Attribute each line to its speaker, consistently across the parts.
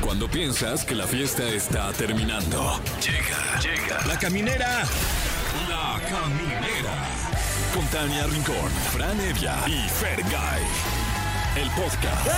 Speaker 1: Cuando piensas que la fiesta está terminando. Llega, llega. La caminera. La caminera. Con Tania Rincón, Fran Evia y Fer El podcast.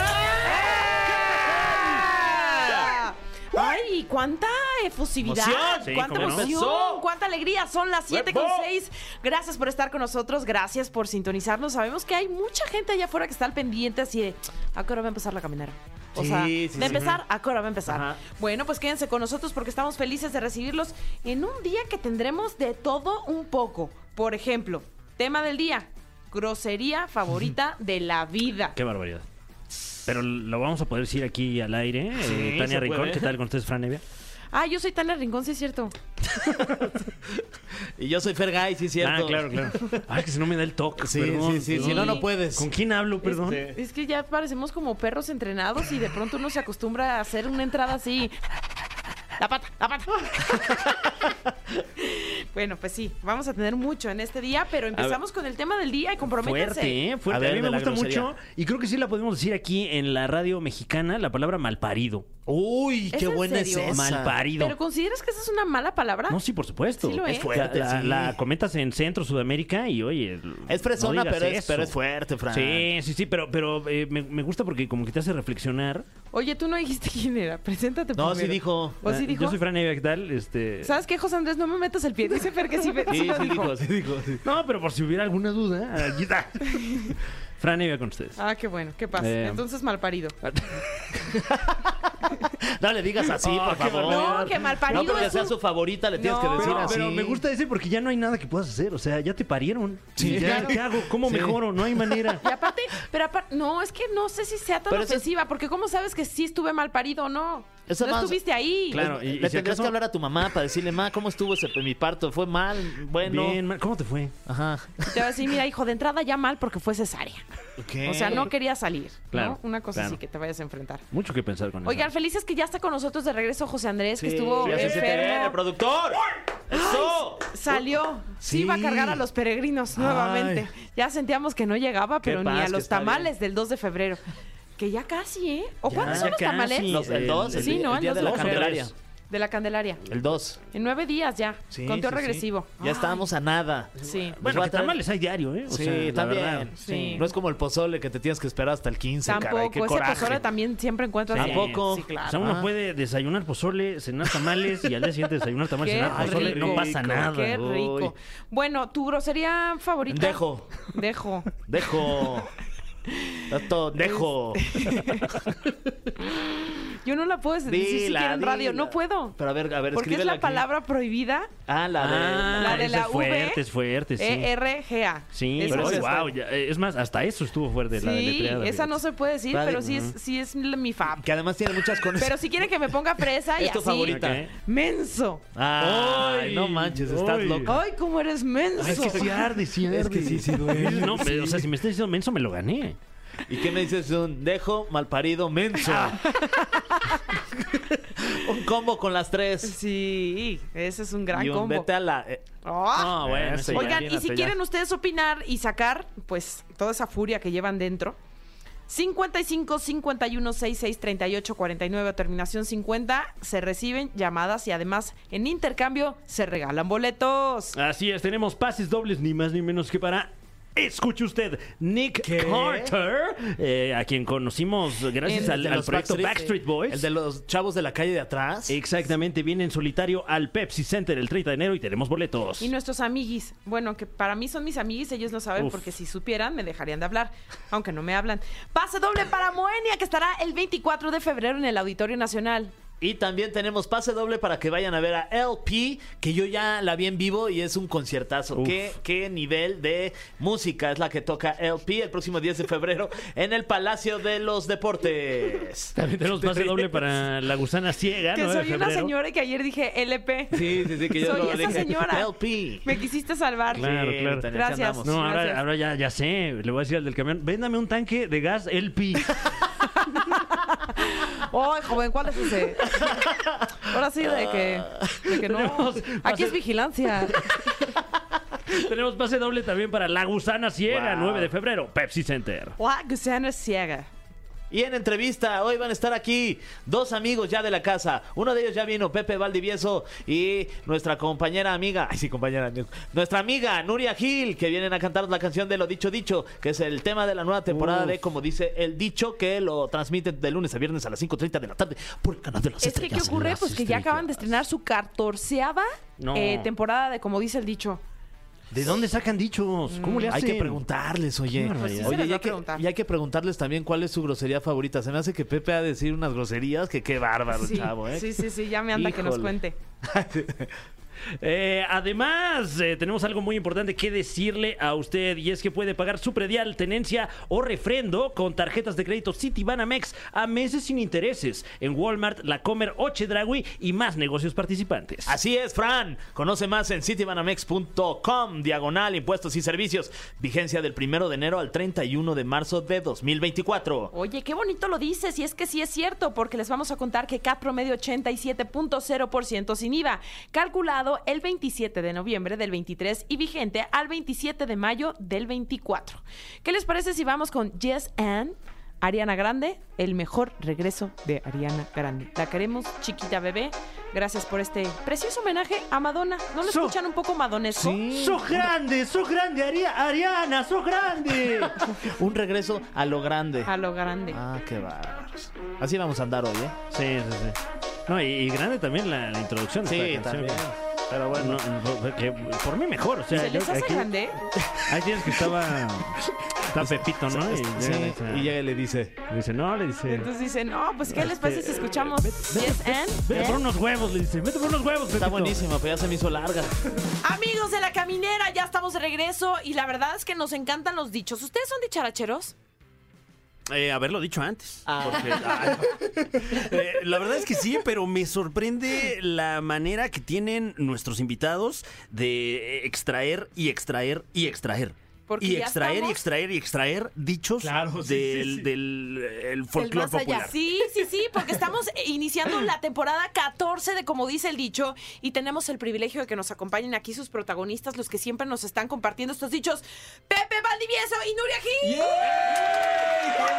Speaker 2: ¡Ay, cuánta efusividad!
Speaker 3: Emoción, sí,
Speaker 2: ¡Cuánta
Speaker 3: ¿cómo no?
Speaker 2: emoción!
Speaker 3: Empezó.
Speaker 2: ¡Cuánta alegría! Son las 7 con
Speaker 3: ¡Huevo!
Speaker 2: 6. Gracias por estar con nosotros. Gracias por sintonizarnos. Sabemos que hay mucha gente allá afuera que está al pendiente así de... ¿A qué hora va a empezar la caminera? O
Speaker 3: Sí,
Speaker 2: sea,
Speaker 3: sí, sí.
Speaker 2: de empezar, ¿a qué hora va a empezar?
Speaker 3: Ajá.
Speaker 2: Bueno, pues quédense con nosotros porque estamos felices de recibirlos en un día que tendremos de todo un poco. Por ejemplo, tema del día, grosería favorita de la vida.
Speaker 4: Qué barbaridad. Pero lo vamos a poder decir aquí al aire. ¿eh? Eh, Tania
Speaker 3: se
Speaker 4: Rincón,
Speaker 3: puede.
Speaker 4: ¿qué tal con ustedes, Fran Evia?
Speaker 2: Ah, yo soy Tania Rincón, sí es cierto.
Speaker 3: Y yo soy Fergay, sí, cierto.
Speaker 4: Ah, claro, claro. Ah, es que si no me da el toque.
Speaker 3: Sí,
Speaker 4: perdón,
Speaker 3: sí, sí,
Speaker 4: perdón.
Speaker 3: si no, no puedes.
Speaker 4: ¿Con quién hablo, perdón?
Speaker 3: Este,
Speaker 2: Es que ya parecemos como perros entrenados y de pronto uno se acostumbra a hacer una entrada así. La pata, la pata. bueno, pues sí, vamos a tener mucho en este día, pero empezamos con el tema del día y comprométanse.
Speaker 4: Fuerte, ¿eh? Fuerte.
Speaker 3: A
Speaker 4: A, mí
Speaker 3: ver, de
Speaker 4: me
Speaker 3: la
Speaker 4: gusta
Speaker 3: grosería.
Speaker 4: mucho. Y creo que sí la podemos decir aquí en la radio mexicana, la palabra malparido.
Speaker 3: Uy,
Speaker 2: ¿Es
Speaker 3: qué
Speaker 2: en
Speaker 3: buena es
Speaker 2: serio?
Speaker 3: esa.
Speaker 4: Malparido.
Speaker 2: ¿Pero consideras que esa es una mala palabra?
Speaker 4: No, sí, por supuesto.
Speaker 2: Sí lo es.
Speaker 3: Es fuerte,
Speaker 4: la,
Speaker 3: sí.
Speaker 4: la comentas en Centro, Sudamérica y oye.
Speaker 3: Es
Speaker 4: no
Speaker 3: fresona,
Speaker 4: digas
Speaker 3: pero, es, pero
Speaker 4: eso.
Speaker 3: es fuerte, Fran.
Speaker 4: Sí, sí, sí, pero, pero eh, me, me gusta porque como que te hace reflexionar.
Speaker 2: Oye, tú no dijiste quién era. Preséntate
Speaker 3: No,
Speaker 2: primero.
Speaker 3: sí dijo.
Speaker 2: ¿O sí
Speaker 4: Ah,
Speaker 2: dijo?
Speaker 4: Yo soy Fran Evia, ¿qué tal? Este...
Speaker 2: ¿Sabes qué, José Andrés? No me metas el pie. Dice Fer que sí, me- sí
Speaker 3: Sí,
Speaker 2: lo
Speaker 3: sí
Speaker 2: dijo.
Speaker 3: dijo, sí dijo. sí.
Speaker 4: No, pero por si hubiera alguna duda, aquí está. Fran iba con ustedes.
Speaker 2: Ah, qué bueno, qué pasa.
Speaker 4: Eh.
Speaker 2: Entonces, mal parido.
Speaker 3: No le digas así,
Speaker 4: Oh,
Speaker 3: por
Speaker 4: qué
Speaker 3: favor.
Speaker 2: barbaridad. No, que malparido
Speaker 3: No porque
Speaker 2: es
Speaker 3: sea
Speaker 2: un-
Speaker 3: su favorita, le tienes
Speaker 2: No.
Speaker 3: que decir
Speaker 4: Pero,
Speaker 3: así.
Speaker 4: pero me gusta ese porque ya no hay nada que puedas hacer. O sea, ya te parieron.
Speaker 3: Sí,
Speaker 4: Y ya,
Speaker 3: claro.
Speaker 4: ¿Qué hago? ¿Cómo
Speaker 3: Sí.
Speaker 4: mejoro? No hay manera.
Speaker 2: Y aparte, pero aparte, no, es que no sé si sea tan
Speaker 3: Pero eso es-
Speaker 2: ofensiva, porque ¿cómo sabes que sí estuve mal parido o no?
Speaker 3: Eso
Speaker 2: no
Speaker 3: más-
Speaker 2: estuviste ahí.
Speaker 4: Claro.
Speaker 3: Le-
Speaker 4: y- y
Speaker 3: le
Speaker 4: si
Speaker 3: tendrás
Speaker 4: acaso-
Speaker 3: que hablar a tu mamá para decirle, ma, ¿cómo estuvo ese, mi parto? ¿Fue mal? Bueno.
Speaker 4: Bien, mal. ¿cómo te fue?
Speaker 3: Ajá.
Speaker 2: Y te va a decir, mira, hijo, de entrada ya mal porque fue cesárea.
Speaker 3: ¿Qué?
Speaker 2: O sea, no quería salir. ¿no?
Speaker 4: Claro,
Speaker 2: Una cosa
Speaker 4: claro.
Speaker 2: así que te vayas a enfrentar.
Speaker 4: Mucho que pensar con
Speaker 2: Oigan,
Speaker 4: eso.
Speaker 2: felices que ya está con nosotros de regreso José Andrés, que estuvo
Speaker 3: Sí, así se te ve, el
Speaker 2: enfermo.
Speaker 3: productor. ¡Eso!
Speaker 2: Salió. Sí,
Speaker 3: Sí.
Speaker 2: iba a cargar a los peregrinos nuevamente. Ya sentíamos que no llegaba,
Speaker 3: Qué
Speaker 2: pero ni
Speaker 3: paz,
Speaker 2: a
Speaker 3: que
Speaker 2: los
Speaker 3: está bien.
Speaker 2: tamales del 2 de febrero. Que ya casi, ¿eh? ¿O
Speaker 4: Ya,
Speaker 2: cuándo son
Speaker 4: ya
Speaker 2: los tamales?
Speaker 4: casi.
Speaker 3: Los- el
Speaker 4: El-
Speaker 3: 2, el,
Speaker 2: sí, ¿no?
Speaker 3: el día
Speaker 2: El
Speaker 3: de la
Speaker 2: dos o tres.
Speaker 3: Candelaria.
Speaker 2: De la Candelaria.
Speaker 3: El 2.
Speaker 2: En nueve días ya. Conteo regresivo.
Speaker 3: Ya
Speaker 2: Ay.
Speaker 3: estábamos a nada.
Speaker 2: Sí.
Speaker 4: Bueno,
Speaker 3: Nos
Speaker 4: pues,
Speaker 3: va
Speaker 4: que
Speaker 3: a traer-
Speaker 4: tamales hay diario, ¿eh? O
Speaker 3: Sí,
Speaker 4: sea, la verdad.
Speaker 3: también.
Speaker 2: Sí.
Speaker 3: No es como el pozole que te tienes que esperar hasta el 15,
Speaker 2: Tampoco,
Speaker 3: caray, qué
Speaker 2: ese
Speaker 3: coraje.
Speaker 2: pozole también siempre encuentro
Speaker 4: Sí.
Speaker 2: así.
Speaker 3: ¿A poco?
Speaker 2: Sí, claro.
Speaker 4: O sea, uno
Speaker 3: Ah.
Speaker 4: puede desayunar pozole, cenar tamales y al día siguiente desayunar tamales,
Speaker 2: Qué
Speaker 4: cenar pozole.
Speaker 2: rico,
Speaker 4: No pasa nada.
Speaker 2: Qué rico.
Speaker 4: Uy.
Speaker 2: Bueno, tu grosería favorita.
Speaker 3: Dejo.
Speaker 2: Dejo.
Speaker 3: Dejo. Esto, dejo.
Speaker 2: Yo no la puedo decir siquiera en radio.
Speaker 3: dila.
Speaker 2: No puedo.
Speaker 3: Pero a ver, a ver,
Speaker 2: Porque es la
Speaker 3: escríbela aquí.
Speaker 2: palabra prohibida.
Speaker 3: Ah, la de.
Speaker 4: Ah,
Speaker 2: la de
Speaker 4: esa
Speaker 2: la
Speaker 4: es
Speaker 2: V,
Speaker 4: fuerte, es fuerte, sí.
Speaker 2: E E-R-G-A.
Speaker 4: Sí,
Speaker 2: Esa
Speaker 4: pero,
Speaker 2: sí
Speaker 4: oye,
Speaker 2: es
Speaker 4: wow, ya, eh, es más, hasta eso estuvo fuerte la
Speaker 2: Sí,
Speaker 4: deletreada.
Speaker 2: esa no
Speaker 4: fíjate.
Speaker 2: se puede decir,
Speaker 3: La de-
Speaker 2: pero sí es, sí es mi fab.
Speaker 3: Que además tiene muchas
Speaker 2: Pero
Speaker 3: conexiones.
Speaker 2: si quiere que me ponga presa y
Speaker 3: Es tu
Speaker 2: así.
Speaker 3: favorita.
Speaker 2: Menso.
Speaker 3: Ay,
Speaker 4: Ay,
Speaker 3: no manches, estás
Speaker 4: ay.
Speaker 3: loco.
Speaker 2: Ay, cómo eres menso.
Speaker 4: Ay, es que sí arde, sí arde.
Speaker 3: Es que sí, sí duele,
Speaker 4: No, pero, o sea,
Speaker 3: sí.
Speaker 4: si me estás diciendo menso, me lo gané.
Speaker 3: ¿Y qué me dices de un dejo malparido menso?
Speaker 2: Ah.
Speaker 3: un combo con las tres.
Speaker 2: Sí, ese es un gran
Speaker 3: y un
Speaker 2: combo.
Speaker 3: vete a la. eh,
Speaker 2: ¡Ah!
Speaker 4: No, bueno, eso ya.
Speaker 2: Oigan, y
Speaker 3: imagínate
Speaker 2: si
Speaker 3: ya.
Speaker 2: quieren ustedes opinar y sacar, pues, toda esa furia que llevan dentro, 55 51 66 38 49 o terminación 50, se reciben llamadas y además en intercambio se regalan boletos.
Speaker 4: Así es, tenemos pases dobles, ni más ni menos que para. Escuche usted, Nick
Speaker 3: ¿Qué?
Speaker 4: Carter, eh, a quien conocimos gracias
Speaker 3: el
Speaker 4: al,
Speaker 3: de
Speaker 4: al
Speaker 3: los
Speaker 4: proyecto Backstreet, Boys.
Speaker 3: El de los chavos de la calle de atrás.
Speaker 4: Exactamente, viene en solitario al Pepsi Center el 30 de enero y tenemos boletos.
Speaker 2: Y nuestros amiguis, bueno, que para mí son mis amiguis, ellos no saben
Speaker 4: Uf.
Speaker 2: porque si supieran me dejarían de hablar, aunque no me hablan. Pase doble para Moenia, que estará el 24 de febrero en el Auditorio Nacional.
Speaker 3: Y también tenemos pase doble para que vayan a ver a LP, que yo ya la vi en vivo y es un conciertazo.
Speaker 4: Uf.
Speaker 3: ¿Qué, qué nivel de música es la que toca LP el próximo 10 de febrero en el Palacio de los Deportes.
Speaker 4: También tenemos pase doble para la gusana ciega.
Speaker 2: que
Speaker 4: 9 Ah, de
Speaker 2: soy una
Speaker 4: febrero.
Speaker 2: señora y que ayer dije LP.
Speaker 3: Sí, sí, sí, que yo
Speaker 2: Soy
Speaker 3: lo
Speaker 2: esa
Speaker 3: dije.
Speaker 2: señora.
Speaker 3: LP.
Speaker 2: Me quisiste salvar.
Speaker 4: Claro,
Speaker 3: Sí,
Speaker 4: claro.
Speaker 3: Tania, aquí
Speaker 2: Gracias.
Speaker 3: andamos.
Speaker 4: No, ahora,
Speaker 2: Gracias.
Speaker 4: ahora ya, ya sé. Le voy a decir al del camión, véndame un tanque de gas LP.
Speaker 2: Ay, joven, ¿cuál es ese? Ahora sí, de que, de que no.
Speaker 4: Tenemos
Speaker 2: Aquí
Speaker 4: pase-
Speaker 2: es vigilancia.
Speaker 4: Tenemos pase doble también para La Gusana Ciega,
Speaker 3: Wow.
Speaker 4: 9 de febrero, Pepsi Center.
Speaker 2: La gusana ciega.
Speaker 3: Y en entrevista, hoy van a estar aquí dos amigos ya de la casa. Uno de ellos ya vino, Pepe Valdivieso, y nuestra compañera amiga, ay sí, compañera, amigo, nuestra amiga Nuria Gil, que vienen a cantar la canción de Lo Dicho Dicho, que es el tema de la nueva temporada
Speaker 4: Uf.
Speaker 3: de Como Dice el Dicho, que lo transmiten de lunes a viernes a las 5.30 de la tarde por el canal de las
Speaker 2: Es que, ¿qué
Speaker 3: Estrellas.
Speaker 2: ocurre?
Speaker 4: las
Speaker 2: Pues que ya acaban de estrenar su catorceava
Speaker 4: No.
Speaker 2: eh, temporada de Como dice el dicho.
Speaker 4: ¿De dónde sacan dichos? ¿Cómo le
Speaker 3: Hay
Speaker 4: hacen?
Speaker 3: que preguntarles, oye.
Speaker 4: Pues sí se
Speaker 3: Oye,
Speaker 2: les
Speaker 3: y
Speaker 2: va
Speaker 3: hay,
Speaker 2: a
Speaker 3: que,
Speaker 2: preguntar.
Speaker 3: y hay que preguntarles también cuál es su grosería favorita. Se me hace que Pepe ha de decir unas groserías que qué bárbaro,
Speaker 2: Sí,
Speaker 3: chavo, ¿eh?
Speaker 2: sí, sí, sí, ya me anda que nos
Speaker 3: Híjole.
Speaker 2: cuente.
Speaker 4: Eh, además, eh, tenemos algo muy importante que decirle a usted y es que puede pagar su predial, tenencia o refrendo con tarjetas de crédito Citibanamex a meses sin intereses en Walmart, la Comer, Ochedragui y más negocios participantes.
Speaker 3: Así es, Fran. Conoce más en citibanamex.com, diagonal, impuestos y servicios. Vigencia del 1 de enero al 31 de marzo de 2024.
Speaker 2: Oye, qué bonito lo dices, y es que sí es cierto, porque les vamos a contar que CAT promedio 87.0% sin IVA, calculado el 27 de noviembre del 23 y vigente al 27 de mayo del 24. ¿Qué les parece si vamos con Yes and Ariana Grande, el mejor regreso de Ariana Grande? La queremos, chiquita bebé. Gracias por este precioso homenaje a Madonna. ¿No lo
Speaker 4: So-
Speaker 2: escuchan un poco madonesco?
Speaker 4: ¡Sos grande! ¡Sos grande, Aria- Ariana! ¡Sos grande!
Speaker 3: Un regreso a lo grande.
Speaker 2: A lo grande.
Speaker 3: Ah, qué bárbaros. Así vamos a andar hoy, ¿eh?
Speaker 4: sí, sí, sí. No, y, y grande también la, la introducción de
Speaker 3: Sí,
Speaker 4: esta canción.
Speaker 3: también. Pero bueno.
Speaker 4: No, no, que por mí mejor. O sea,
Speaker 2: ¿Se les
Speaker 4: yo-
Speaker 2: hace
Speaker 4: aquí-
Speaker 2: grande?
Speaker 4: Hay días que estaba. Está Pepito, ¿no? Y,
Speaker 3: Pues, Sí,
Speaker 4: llegan
Speaker 5: ah.
Speaker 4: a-
Speaker 3: y llega y le dice.
Speaker 4: Dice, no, le dice.
Speaker 2: Entonces dicen, no, pues ¿qué les
Speaker 3: Este,
Speaker 2: parece
Speaker 3: eh,
Speaker 2: si escuchamos Yes and?
Speaker 4: Vete por unos huevos, le dice. Vete por unos huevos,
Speaker 3: Está
Speaker 4: Pepito".
Speaker 3: buenísima, pero ya se me hizo larga.
Speaker 2: Amigos de la caminera, ya estamos de regreso y la verdad es que nos encantan los dichos. ¿Ustedes son dicharacheros?
Speaker 6: Eh, haberlo dicho antes. porque- ay. Eh, la verdad es que sí, pero me sorprende la manera que tienen nuestros invitados de eh, extraer y extraer y extraer.
Speaker 2: Porque
Speaker 6: y
Speaker 2: ya
Speaker 6: extraer
Speaker 2: estamos-
Speaker 6: y extraer y extraer dichos
Speaker 4: Claro, sí,
Speaker 6: del,
Speaker 4: sí, sí.
Speaker 6: del, eh, el folclore
Speaker 7: más allá.
Speaker 6: popular.
Speaker 2: Sí, sí, sí, porque estamos iniciando la temporada 14 de Como dice el dicho y tenemos el privilegio de que nos acompañen aquí sus protagonistas, los que siempre nos están compartiendo estos dichos, Pepe Valdivieso y Nuria Gil.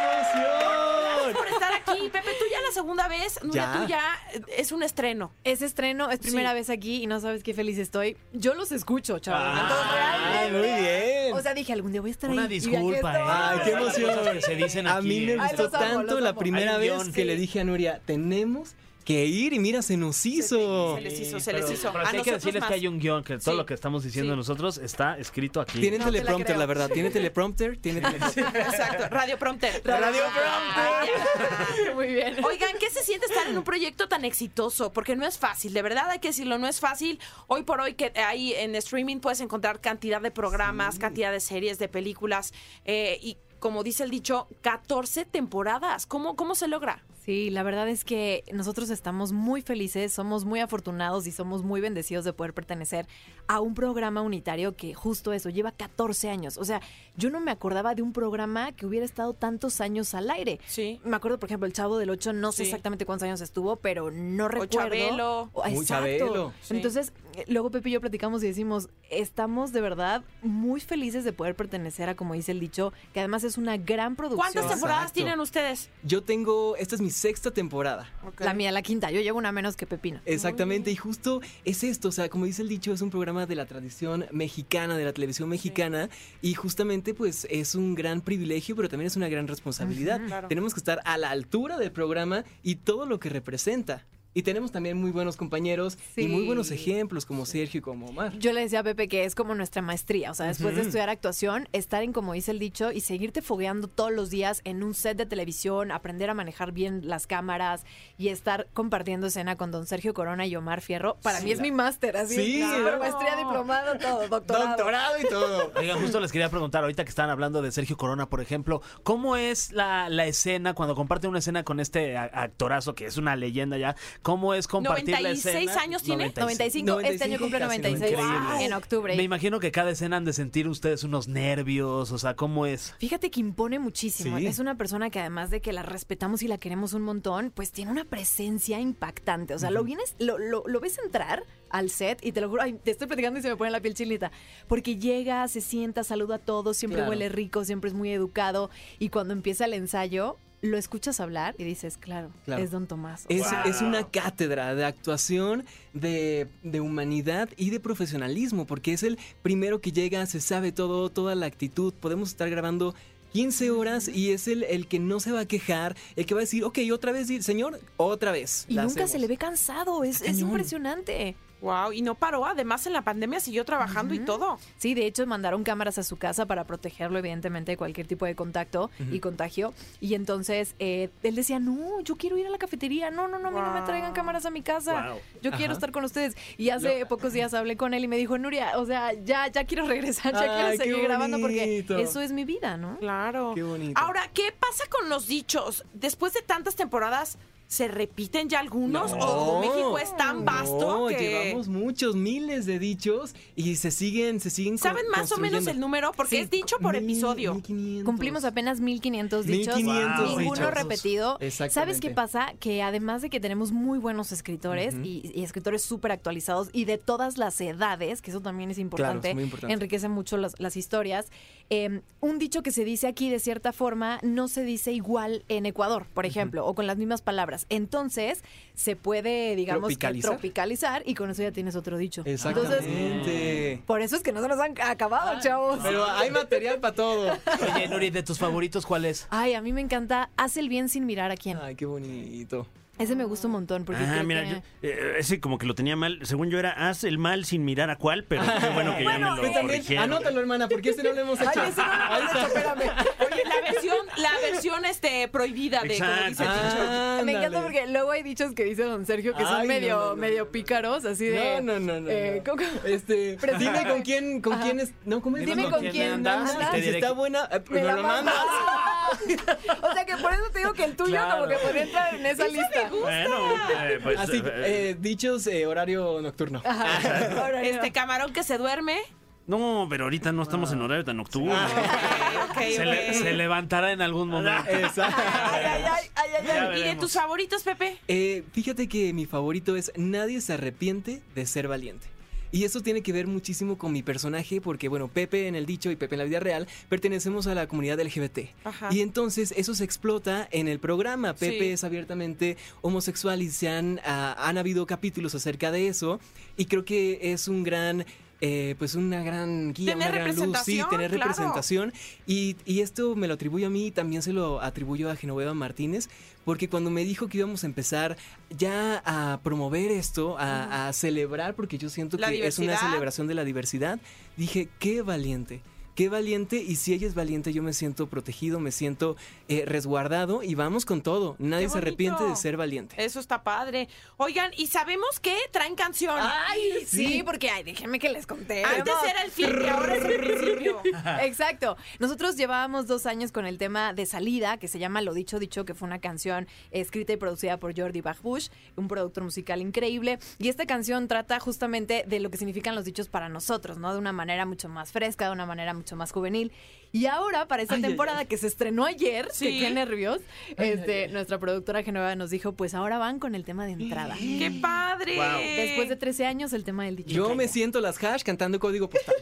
Speaker 2: Gracias por estar aquí. Pepe, tú ya la segunda vez, Nuria,
Speaker 6: Ya.
Speaker 2: tú ya eh, es un estreno.
Speaker 7: Es estreno, es primera vez aquí y no sabes qué feliz estoy. Yo los escucho, chaval.
Speaker 5: Ay, Ah, muy bien.
Speaker 7: O sea, dije, algún día voy a estar
Speaker 3: Una
Speaker 7: ahí. Y aquí
Speaker 3: disculpa,
Speaker 7: estoy.
Speaker 3: ¿eh?
Speaker 5: Ay, qué emoción.
Speaker 3: Cosas que se dicen
Speaker 5: a
Speaker 3: aquí,
Speaker 5: mí me
Speaker 3: ¿eh?
Speaker 7: Ay,
Speaker 5: gustó
Speaker 7: los amo,
Speaker 5: tanto
Speaker 7: los
Speaker 5: la
Speaker 7: amo.
Speaker 5: primera
Speaker 3: Hay un
Speaker 5: vez
Speaker 3: guión.
Speaker 5: que
Speaker 7: Sí.
Speaker 5: le dije a Nuria, tenemos que ir y mira, se nos hizo.
Speaker 2: Se les hizo, se les hizo.
Speaker 3: Pero
Speaker 2: A
Speaker 3: sí hay que
Speaker 2: nosotros
Speaker 3: decirles
Speaker 2: más.
Speaker 3: que hay un guión, que todo
Speaker 2: Sí.
Speaker 3: lo que estamos diciendo
Speaker 2: Sí.
Speaker 3: nosotros está escrito aquí.
Speaker 5: Tiene
Speaker 7: No te la
Speaker 5: teleprompter,
Speaker 7: creo.
Speaker 5: la, verdad. Tiene teleprompter, tiene teleprompter.
Speaker 2: Exacto, Radio Prompter.
Speaker 5: Radio
Speaker 7: Muy bien.
Speaker 2: Oigan, ¿qué se siente estar en un proyecto tan exitoso? Porque no es fácil, de verdad hay que decirlo, no es fácil. Hoy por hoy que hay en streaming puedes encontrar cantidad de programas, cantidad de series, de películas eh, y como dice el dicho, 14 temporadas. ¿Cómo, cómo se logra?
Speaker 7: Sí, la verdad es que nosotros estamos muy felices, somos muy afortunados y somos muy bendecidos de poder pertenecer a un programa unitario que justo eso, lleva 14 años. O sea, yo no me acordaba de un programa que hubiera estado tantos años al aire.
Speaker 2: Sí.
Speaker 7: Me acuerdo, por ejemplo, el Chavo del 8, no sé
Speaker 2: Sí.
Speaker 7: exactamente cuántos años estuvo, pero no recuerdo.
Speaker 2: Chabelo.
Speaker 7: O- Exacto.
Speaker 5: Chabelo.
Speaker 2: Sí.
Speaker 7: Entonces, eh, luego Pepe y yo platicamos y decimos, estamos de verdad muy felices de poder pertenecer a, como dice el dicho, que además es una gran producción.
Speaker 2: ¿Cuántas temporadas
Speaker 5: Exacto.
Speaker 2: tienen ustedes?
Speaker 5: Yo tengo, esta es mi sexta temporada.
Speaker 7: La mía, la quinta. Yo llevo una menos que Pepina.
Speaker 5: Exactamente, y justo es esto, o sea, como dice el dicho, es un programa de la tradición mexicana, de la televisión mexicana, y justamente pues es un gran privilegio, pero también es una gran responsabilidad.
Speaker 2: claro.
Speaker 5: Tenemos que estar a la altura del programa y todo lo que representa. Y tenemos también muy buenos compañeros y muy buenos
Speaker 7: Sí.
Speaker 5: ejemplos como Sergio y como Omar.
Speaker 7: Yo le decía a Pepe que es como nuestra maestría, o sea, después de estudiar actuación, estar en, como dice el dicho, y seguirte fogueando todos los días en un set de televisión, aprender a manejar bien las cámaras y estar compartiendo escena con don Sergio Corona y Omar Fierro, para mí es mi máster, así,
Speaker 5: Sí,
Speaker 7: claro.
Speaker 5: claro.
Speaker 7: maestría, diplomado, todo, doctorado.
Speaker 5: Doctorado y todo.
Speaker 3: Oigan, justo les quería preguntar, ahorita que estaban hablando de Sergio Corona, por ejemplo, ¿cómo es la, la escena cuando comparten una escena con este a- actorazo que es una leyenda ya? ¿Cómo es compartir la escena?
Speaker 2: 96 años tiene.
Speaker 7: 95, este año cumple
Speaker 5: 95,
Speaker 7: 96
Speaker 3: increíble.
Speaker 7: en octubre.
Speaker 3: Me imagino que cada escena han de sentir ustedes unos nervios, o sea, ¿cómo es?
Speaker 7: Fíjate que impone muchísimo.
Speaker 5: Sí.
Speaker 7: Es una persona que además de que la respetamos y la queremos un montón, pues tiene una presencia impactante. O sea, lo vienes, lo, lo- lo ves entrar al set y te lo juro, ay, te estoy platicando y se me pone la piel chinita. Porque llega, se sienta, saluda a todos, siempre
Speaker 5: Claro.
Speaker 7: huele rico, siempre es muy educado. Y cuando empieza el ensayo, lo escuchas hablar y dices, claro,
Speaker 5: Claro.
Speaker 7: es Don Tomás. O
Speaker 5: Es,
Speaker 7: sea,
Speaker 5: es una cátedra de actuación, de, de humanidad y de profesionalismo, porque es el primero que llega, se sabe todo, toda la actitud. Podemos estar grabando 15 horas y es el, el que no se va a quejar, el que va a decir, ok, otra vez, di- señor, otra vez.
Speaker 7: y
Speaker 5: la
Speaker 7: nunca se
Speaker 5: hacemos".
Speaker 7: le ve cansado, es, es impresionante.
Speaker 2: Wow, y no paró. Además, en la pandemia siguió trabajando y todo.
Speaker 7: Sí, de hecho mandaron cámaras a su casa para protegerlo evidentemente de cualquier tipo de contacto y contagio. Y entonces eh, él decía, no, yo quiero ir a la cafetería, no, no, no, a mí no me
Speaker 2: Wow.
Speaker 7: traigan cámaras a mi casa,
Speaker 6: Wow.
Speaker 7: yo quiero
Speaker 5: Ajá.
Speaker 7: estar con ustedes. Y hace pocos días hablé con él y me dijo, Nuria, o sea, ya, ya quiero regresar, ya
Speaker 5: Ay,
Speaker 7: quiero
Speaker 5: qué
Speaker 7: seguir grabando porque
Speaker 5: bonito.
Speaker 7: eso es mi vida, ¿no?
Speaker 2: Claro.
Speaker 5: Qué bonito.
Speaker 2: Ahora, ¿qué pasa con los dichos? Después de tantas temporadas, ¿se repiten ya algunos? ¿O México es tan vasto
Speaker 5: No,
Speaker 2: que
Speaker 5: llevamos muchos miles de dichos y se siguen, se siguen. co-
Speaker 2: saben más o menos
Speaker 5: construyendo.
Speaker 2: el número? Porque
Speaker 7: Sí.
Speaker 2: es dicho por
Speaker 5: Mil-
Speaker 2: episodio.
Speaker 5: 1500.
Speaker 7: Cumplimos apenas 1500 dichos,
Speaker 5: 1500
Speaker 7: ninguno
Speaker 5: dichos.
Speaker 7: repetido.
Speaker 5: Exactamente.
Speaker 7: ¿Sabes qué pasa? Que además de que tenemos muy buenos escritores y, y escritores súper actualizados y de todas las edades, que eso también es importante,
Speaker 5: muy importante.
Speaker 7: enriquece mucho las, las historias, eh, un dicho que se dice aquí de cierta forma no se dice igual en Ecuador, por ejemplo, o con las mismas palabras. Entonces se puede, digamos, que
Speaker 5: Tropicalizar.
Speaker 7: tropicalizar y con eso ya tienes otro dicho.
Speaker 5: Exactamente. Ah,
Speaker 7: Entonces, por eso es que no se nos han acabado, chavos.
Speaker 5: pero hay material para todo.
Speaker 3: Oye, Nuri, ¿de tus favoritos cuál es?
Speaker 7: Ay, a mí me encanta. Haz el bien sin mirar a quién.
Speaker 5: Ay, qué bonito.
Speaker 7: Ese me gusta un montón
Speaker 2: Pues,
Speaker 7: porque
Speaker 6: Ah,
Speaker 7: creo
Speaker 6: mira,
Speaker 7: que-
Speaker 6: yo- eh, ese como que lo tenía mal. Según yo era, haz el mal sin mirar a cuál, pero qué bueno que
Speaker 7: Bueno,
Speaker 6: ya me
Speaker 7: pues
Speaker 6: lo
Speaker 7: también,
Speaker 6: corrigieron.
Speaker 5: Anótalo, hermana, porque este no lo hemos hecho.
Speaker 7: Ay, ese no lo
Speaker 5: Ahí
Speaker 7: hemos
Speaker 5: está.
Speaker 2: Oye, la versión, la versión este, prohibida de como dice el dicho.
Speaker 5: Ándale.
Speaker 7: Me encanta porque luego hay dichos que dice don Sergio que son
Speaker 5: Ay, no,
Speaker 7: medio,
Speaker 5: no, no,
Speaker 7: medio
Speaker 5: no.
Speaker 7: pícaros, así de.
Speaker 5: No, no, no, no.
Speaker 7: eh,
Speaker 5: no.
Speaker 7: ¿cómo-
Speaker 5: Este,
Speaker 7: Presenta-
Speaker 5: dime con quién, con quién es. No, ¿cómo es?
Speaker 7: Dime con quién andas y
Speaker 5: Y
Speaker 7: te
Speaker 5: si
Speaker 6: diré
Speaker 5: está
Speaker 6: que-
Speaker 5: buena, eh,
Speaker 7: Me
Speaker 5: me
Speaker 7: la
Speaker 5: lo mandas.
Speaker 7: mandas. o sea que por eso te digo que el tuyo
Speaker 5: Claro.
Speaker 7: como que podría entrar en esa lista.
Speaker 6: Bueno, eh, pues,
Speaker 5: Así,
Speaker 6: eh,
Speaker 5: eh, dichos eh, horario nocturno.
Speaker 7: Ajá. Ahora no.
Speaker 2: Este camarón que se duerme.
Speaker 6: no, pero ahorita no estamos
Speaker 3: Ah.
Speaker 6: en horario tan nocturno.
Speaker 2: Ok, Ah, ok,
Speaker 3: Se, le-
Speaker 2: ok.
Speaker 3: se levantará en algún momento.
Speaker 5: Exacto.
Speaker 7: Ay, ay, ay, ay, ay, ay.
Speaker 6: Ya
Speaker 2: ¿Y de
Speaker 6: veremos.
Speaker 2: tus favoritos, Pepe?
Speaker 5: Eh, fíjate que mi favorito es Nadie se arrepiente de ser valiente. Y eso tiene que ver muchísimo con mi personaje porque, bueno, Pepe en el dicho y Pepe en la vida real pertenecemos a la comunidad LGBT.
Speaker 2: Ajá.
Speaker 5: Y entonces eso se explota en el programa. Pepe
Speaker 2: Sí.
Speaker 5: es abiertamente homosexual y se han, ah, han habido capítulos acerca de eso. Y creo que es un gran... eh, pues una gran guía,
Speaker 2: Tener
Speaker 5: una gran luz, sí,
Speaker 2: representación,
Speaker 5: tener
Speaker 2: claro.
Speaker 5: representación. Y, y esto me lo atribuyo a mí y también se lo atribuyo a Genoveva Martínez, porque cuando me dijo que íbamos a empezar ya a promover esto, a, a celebrar, porque yo siento
Speaker 2: La
Speaker 5: que es
Speaker 2: diversidad.
Speaker 5: una celebración de la diversidad, dije, qué valiente. Qué valiente, y si ella es valiente, yo me siento protegido, me siento eh, resguardado y vamos con todo. Nadie se arrepiente de
Speaker 2: bonito. Eh,
Speaker 5: ser valiente.
Speaker 2: Eso está padre. Oigan, y sabemos que traen canción.
Speaker 7: Ay, sí, porque ay, déjenme que les conté.
Speaker 2: Antes era el fin y ahora es el principio.
Speaker 7: Exacto. Nosotros llevábamos dos años con el tema de salida, que se llama Lo Dicho Dicho, que fue una canción escrita y producida por Jordi Bachbush, un productor musical increíble. Y esta canción trata justamente de lo que significan los dichos para nosotros, ¿no? De una manera mucho más fresca, de una manera mucho más juvenil. Y ahora, para esta temporada que se estrenó ayer, que
Speaker 2: Sí.
Speaker 7: qué nervios, este, nuestra productora Genoveva nos dijo, pues ahora van con el tema de entrada.
Speaker 2: ¡Qué padre!
Speaker 7: Después de 13 años, el tema del dicho.
Speaker 5: Yo me siento las hash cantando código postal.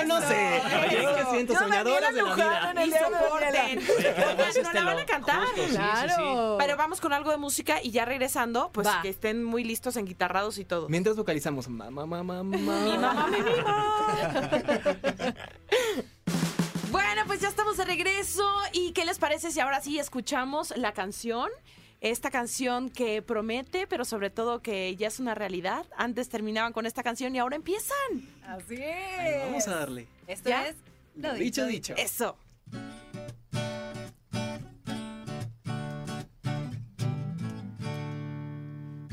Speaker 5: yo no sé. Yo me siento
Speaker 7: Yo me vi
Speaker 5: soñadoras de la vida.
Speaker 7: enojada en el
Speaker 2: y
Speaker 7: día de la
Speaker 2: soporten.
Speaker 5: pues,
Speaker 2: Oigan, no la
Speaker 5: este
Speaker 2: van a cantar.
Speaker 7: Claro.
Speaker 2: Pero vamos con algo de música y ya regresando, pues
Speaker 7: Va.
Speaker 2: que estén muy listos, enguitarrados y todo.
Speaker 5: Mientras vocalizamos, mamá, mamá,
Speaker 2: Mi
Speaker 5: mamá.
Speaker 2: mamá me mima. bueno, pues ya estamos de regreso. ¿Y qué les parece si ahora sí escuchamos la canción? Esta canción que promete, pero sobre todo que ya es una realidad. Antes terminaban con esta canción y ahora empiezan.
Speaker 7: Así es.
Speaker 5: Vamos a darle.
Speaker 7: Esto
Speaker 2: ¿Ya?
Speaker 7: es
Speaker 5: Lo dicho, dicho.
Speaker 2: Eso.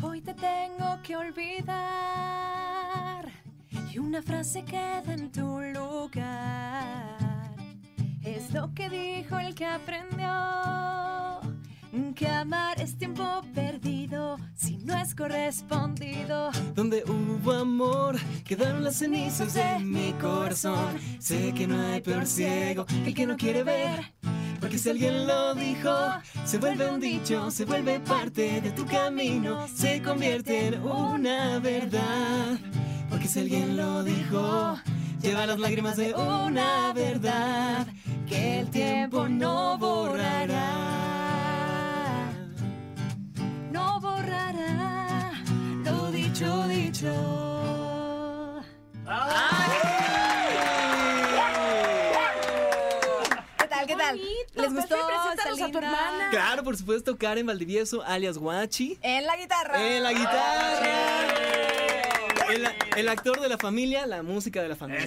Speaker 7: Hoy te tengo que olvidar y una frase queda en tu lugar. Es lo que dijo el que aprendió que amar es tiempo perdido si no es correspondido.
Speaker 5: Donde hubo amor, quedaron las cenizas de mi corazón. Sé que no hay peor ciego que el que no quiere ver. Porque si alguien lo dijo, se vuelve un dicho, se vuelve parte de tu camino, se convierte en una verdad. Porque si alguien lo dijo, lleva las lágrimas de una verdad que el tiempo no borrará. dicho, dicho.
Speaker 7: ¿Qué tal? ¿Qué tal? ¿Les gustó? ¿Está
Speaker 8: preséntanos a tu
Speaker 7: linda?
Speaker 8: hermana.
Speaker 5: Claro, por supuesto, Karen Valdivieso, alias Guachi.
Speaker 7: En la guitarra.
Speaker 5: En la guitarra. El, el actor de la familia, la música de la familia.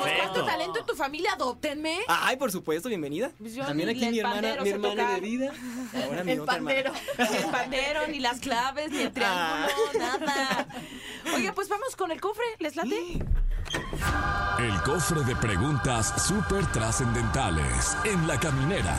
Speaker 8: Pues, ¿Cuánto talento en tu familia? Adóptenme.
Speaker 5: Ay, por supuesto, bienvenida.
Speaker 8: Pues yo
Speaker 5: También
Speaker 8: ni
Speaker 5: aquí
Speaker 8: el
Speaker 5: mi hermana,
Speaker 8: pandero
Speaker 5: mi
Speaker 8: sé
Speaker 5: hermana
Speaker 8: tocar.
Speaker 5: herida. Ahora mi
Speaker 7: El
Speaker 5: otra hermana.
Speaker 7: pandero.
Speaker 8: Ni el pandero, ni las claves, ni el triángulo,
Speaker 2: Ah.
Speaker 8: nada. Oye, pues vamos con el cofre, ¿les late?
Speaker 1: El cofre de preguntas súper trascendentales en la caminera.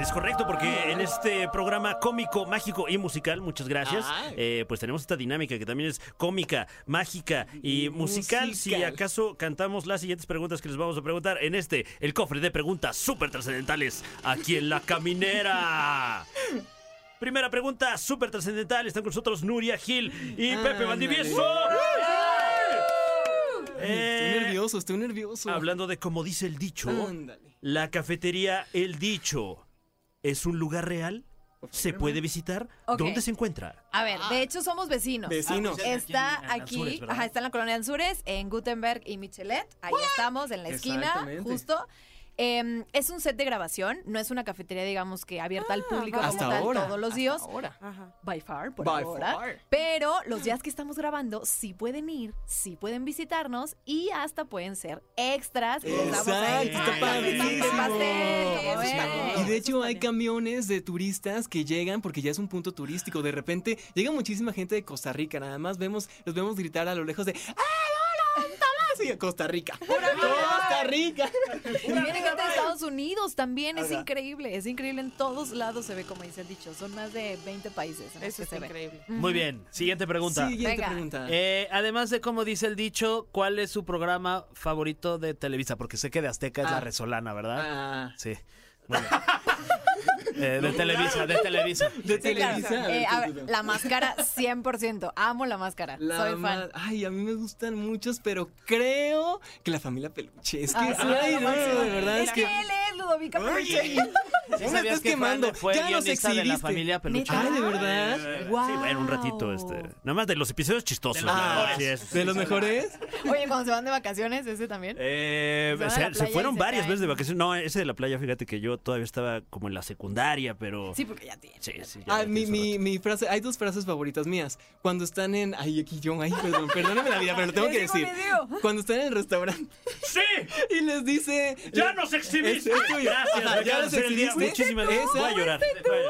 Speaker 6: Es correcto, porque en este programa cómico, mágico y musical, muchas gracias,
Speaker 5: Ay.
Speaker 6: eh, pues tenemos esta dinámica que también es cómica, mágica y
Speaker 5: Y
Speaker 6: musical. Si
Speaker 5: musical.
Speaker 6: acaso cantamos las siguientes preguntas que les vamos a preguntar en este, el cofre de preguntas súper trascendentales, aquí en La Caminera. Primera pregunta súper trascendental, están con nosotros Nuria Gil y Pepe
Speaker 5: Ándale.
Speaker 6: Valdivieso. Eh,
Speaker 5: Estoy nervioso, Ah. estoy nervioso.
Speaker 6: Hablando de como dice el dicho,
Speaker 5: Ándale.
Speaker 6: la cafetería El Dicho es un lugar real. ¿Se puede visitar?
Speaker 7: Ok.
Speaker 6: ¿Dónde se encuentra?
Speaker 7: A ver, de hecho somos vecinos.
Speaker 8: Ah, pues
Speaker 5: Vecinos.
Speaker 7: Está
Speaker 6: en Anzures,
Speaker 7: aquí,
Speaker 6: ¿verdad?
Speaker 7: ajá, está en la colonia Anzures, en Gutenberg y Michelet. Ahí estamos, en la esquina,
Speaker 5: Exactamente.
Speaker 7: justo. Eh, es un set de grabación, no es una cafetería, digamos, que abierta al público como
Speaker 5: Ah, Hasta
Speaker 7: tal
Speaker 5: ahora.
Speaker 7: todos los
Speaker 5: hasta
Speaker 7: días.
Speaker 5: ahora.
Speaker 8: Ajá.
Speaker 7: By far, por
Speaker 5: By
Speaker 7: ahora.
Speaker 5: far.
Speaker 7: Pero los días que estamos grabando, sí pueden ir, sí pueden visitarnos y hasta pueden ser extras. Les damos ahí
Speaker 5: Exacto, está
Speaker 7: una tapita de
Speaker 5: padrísimo.
Speaker 7: pastel, como
Speaker 8: Eso está
Speaker 7: ven.
Speaker 8: bien.
Speaker 5: Y de hecho hay camiones de turistas que llegan porque ya es un punto turístico. De repente llega muchísima gente de Costa Rica. Nada más vemos, los vemos gritar a lo lejos de ¡Ay, hola! ¡Tomás! Y Costa Rica. ¡Costa Rica!
Speaker 7: Y viene gente de Estados Unidos también, es
Speaker 5: Ajá.
Speaker 7: increíble, es increíble, en todos lados se ve como dice el dicho, son más de 20 países. en los
Speaker 2: Eso
Speaker 7: que
Speaker 2: es
Speaker 7: se ve.
Speaker 2: increíble.
Speaker 3: Muy bien, siguiente pregunta.
Speaker 5: Siguiente
Speaker 7: Venga.
Speaker 5: pregunta.
Speaker 3: Eh, además de como dice el dicho, ¿cuál es su programa favorito de Televisa? Porque sé que de Azteca es la
Speaker 5: Ah.
Speaker 3: Resolana, ¿verdad?
Speaker 5: Ah,
Speaker 3: Sí. Bueno. Eh, de Televisa, de Televisa.
Speaker 5: de
Speaker 7: Sí, claro.
Speaker 5: Televisa. a ver,
Speaker 7: Eh, a ver,
Speaker 5: continúa.
Speaker 7: la máscara 100%, amo la máscara,
Speaker 5: La
Speaker 7: soy
Speaker 5: ma-
Speaker 7: fan.
Speaker 5: Ay, a mí me gustan muchos, pero creo que la familia Peluche. Es que,
Speaker 7: Ah, sí,
Speaker 5: ay,
Speaker 7: lo
Speaker 5: no,
Speaker 7: máximo.
Speaker 5: de verdad es,
Speaker 7: Es
Speaker 5: que.
Speaker 7: que él es Ludovica Peluche.
Speaker 5: Oye, no me
Speaker 3: ¿Sabías
Speaker 5: estás
Speaker 3: que Fran
Speaker 5: quemando.
Speaker 3: Fue
Speaker 5: ya nos
Speaker 3: guionista de la
Speaker 5: exhibiste.
Speaker 3: familia Peluche.
Speaker 5: Ay, Ah, de verdad.
Speaker 6: eh, Sí, bueno, un ratito, este. Nada más de los episodios chistosos.
Speaker 5: los
Speaker 6: ¿no?
Speaker 5: mejores.
Speaker 6: Sí, eso sí.
Speaker 5: ¿De los mejores?
Speaker 7: Oye, cuando se van de vacaciones, ese también.
Speaker 6: Eh,
Speaker 7: Se van a la
Speaker 6: se, se
Speaker 7: playa y
Speaker 6: fueron
Speaker 7: se
Speaker 6: varias
Speaker 7: caen.
Speaker 6: veces de vacaciones. No, ese de la playa, fíjate que yo todavía estaba como en la secundaria, pero.
Speaker 7: Sí, porque ya tiene.
Speaker 6: sí. sí, ya
Speaker 5: Ah,
Speaker 6: tiene
Speaker 5: mi,
Speaker 6: su
Speaker 5: mi,
Speaker 6: rato.
Speaker 5: mi frase, hay dos frases favoritas mías. Cuando están en. Ay, aquí yo, ay, perdón, perdóname la vida, pero lo tengo
Speaker 7: Les
Speaker 5: que
Speaker 7: digo,
Speaker 5: decir.
Speaker 7: les digo.
Speaker 5: Cuando están en el restaurante
Speaker 6: ¡Sí!
Speaker 5: y les dice. eh,
Speaker 6: ¡Ya nos exhibiste! Ah,
Speaker 5: Es- es tuyo.
Speaker 6: Gracias,
Speaker 5: Ajá,
Speaker 6: me
Speaker 5: Ah, ya
Speaker 6: acabas
Speaker 5: nos
Speaker 6: de hacer el día.
Speaker 5: exhibiste.
Speaker 6: Muchísimas
Speaker 5: Esa-
Speaker 6: Voy a llorar.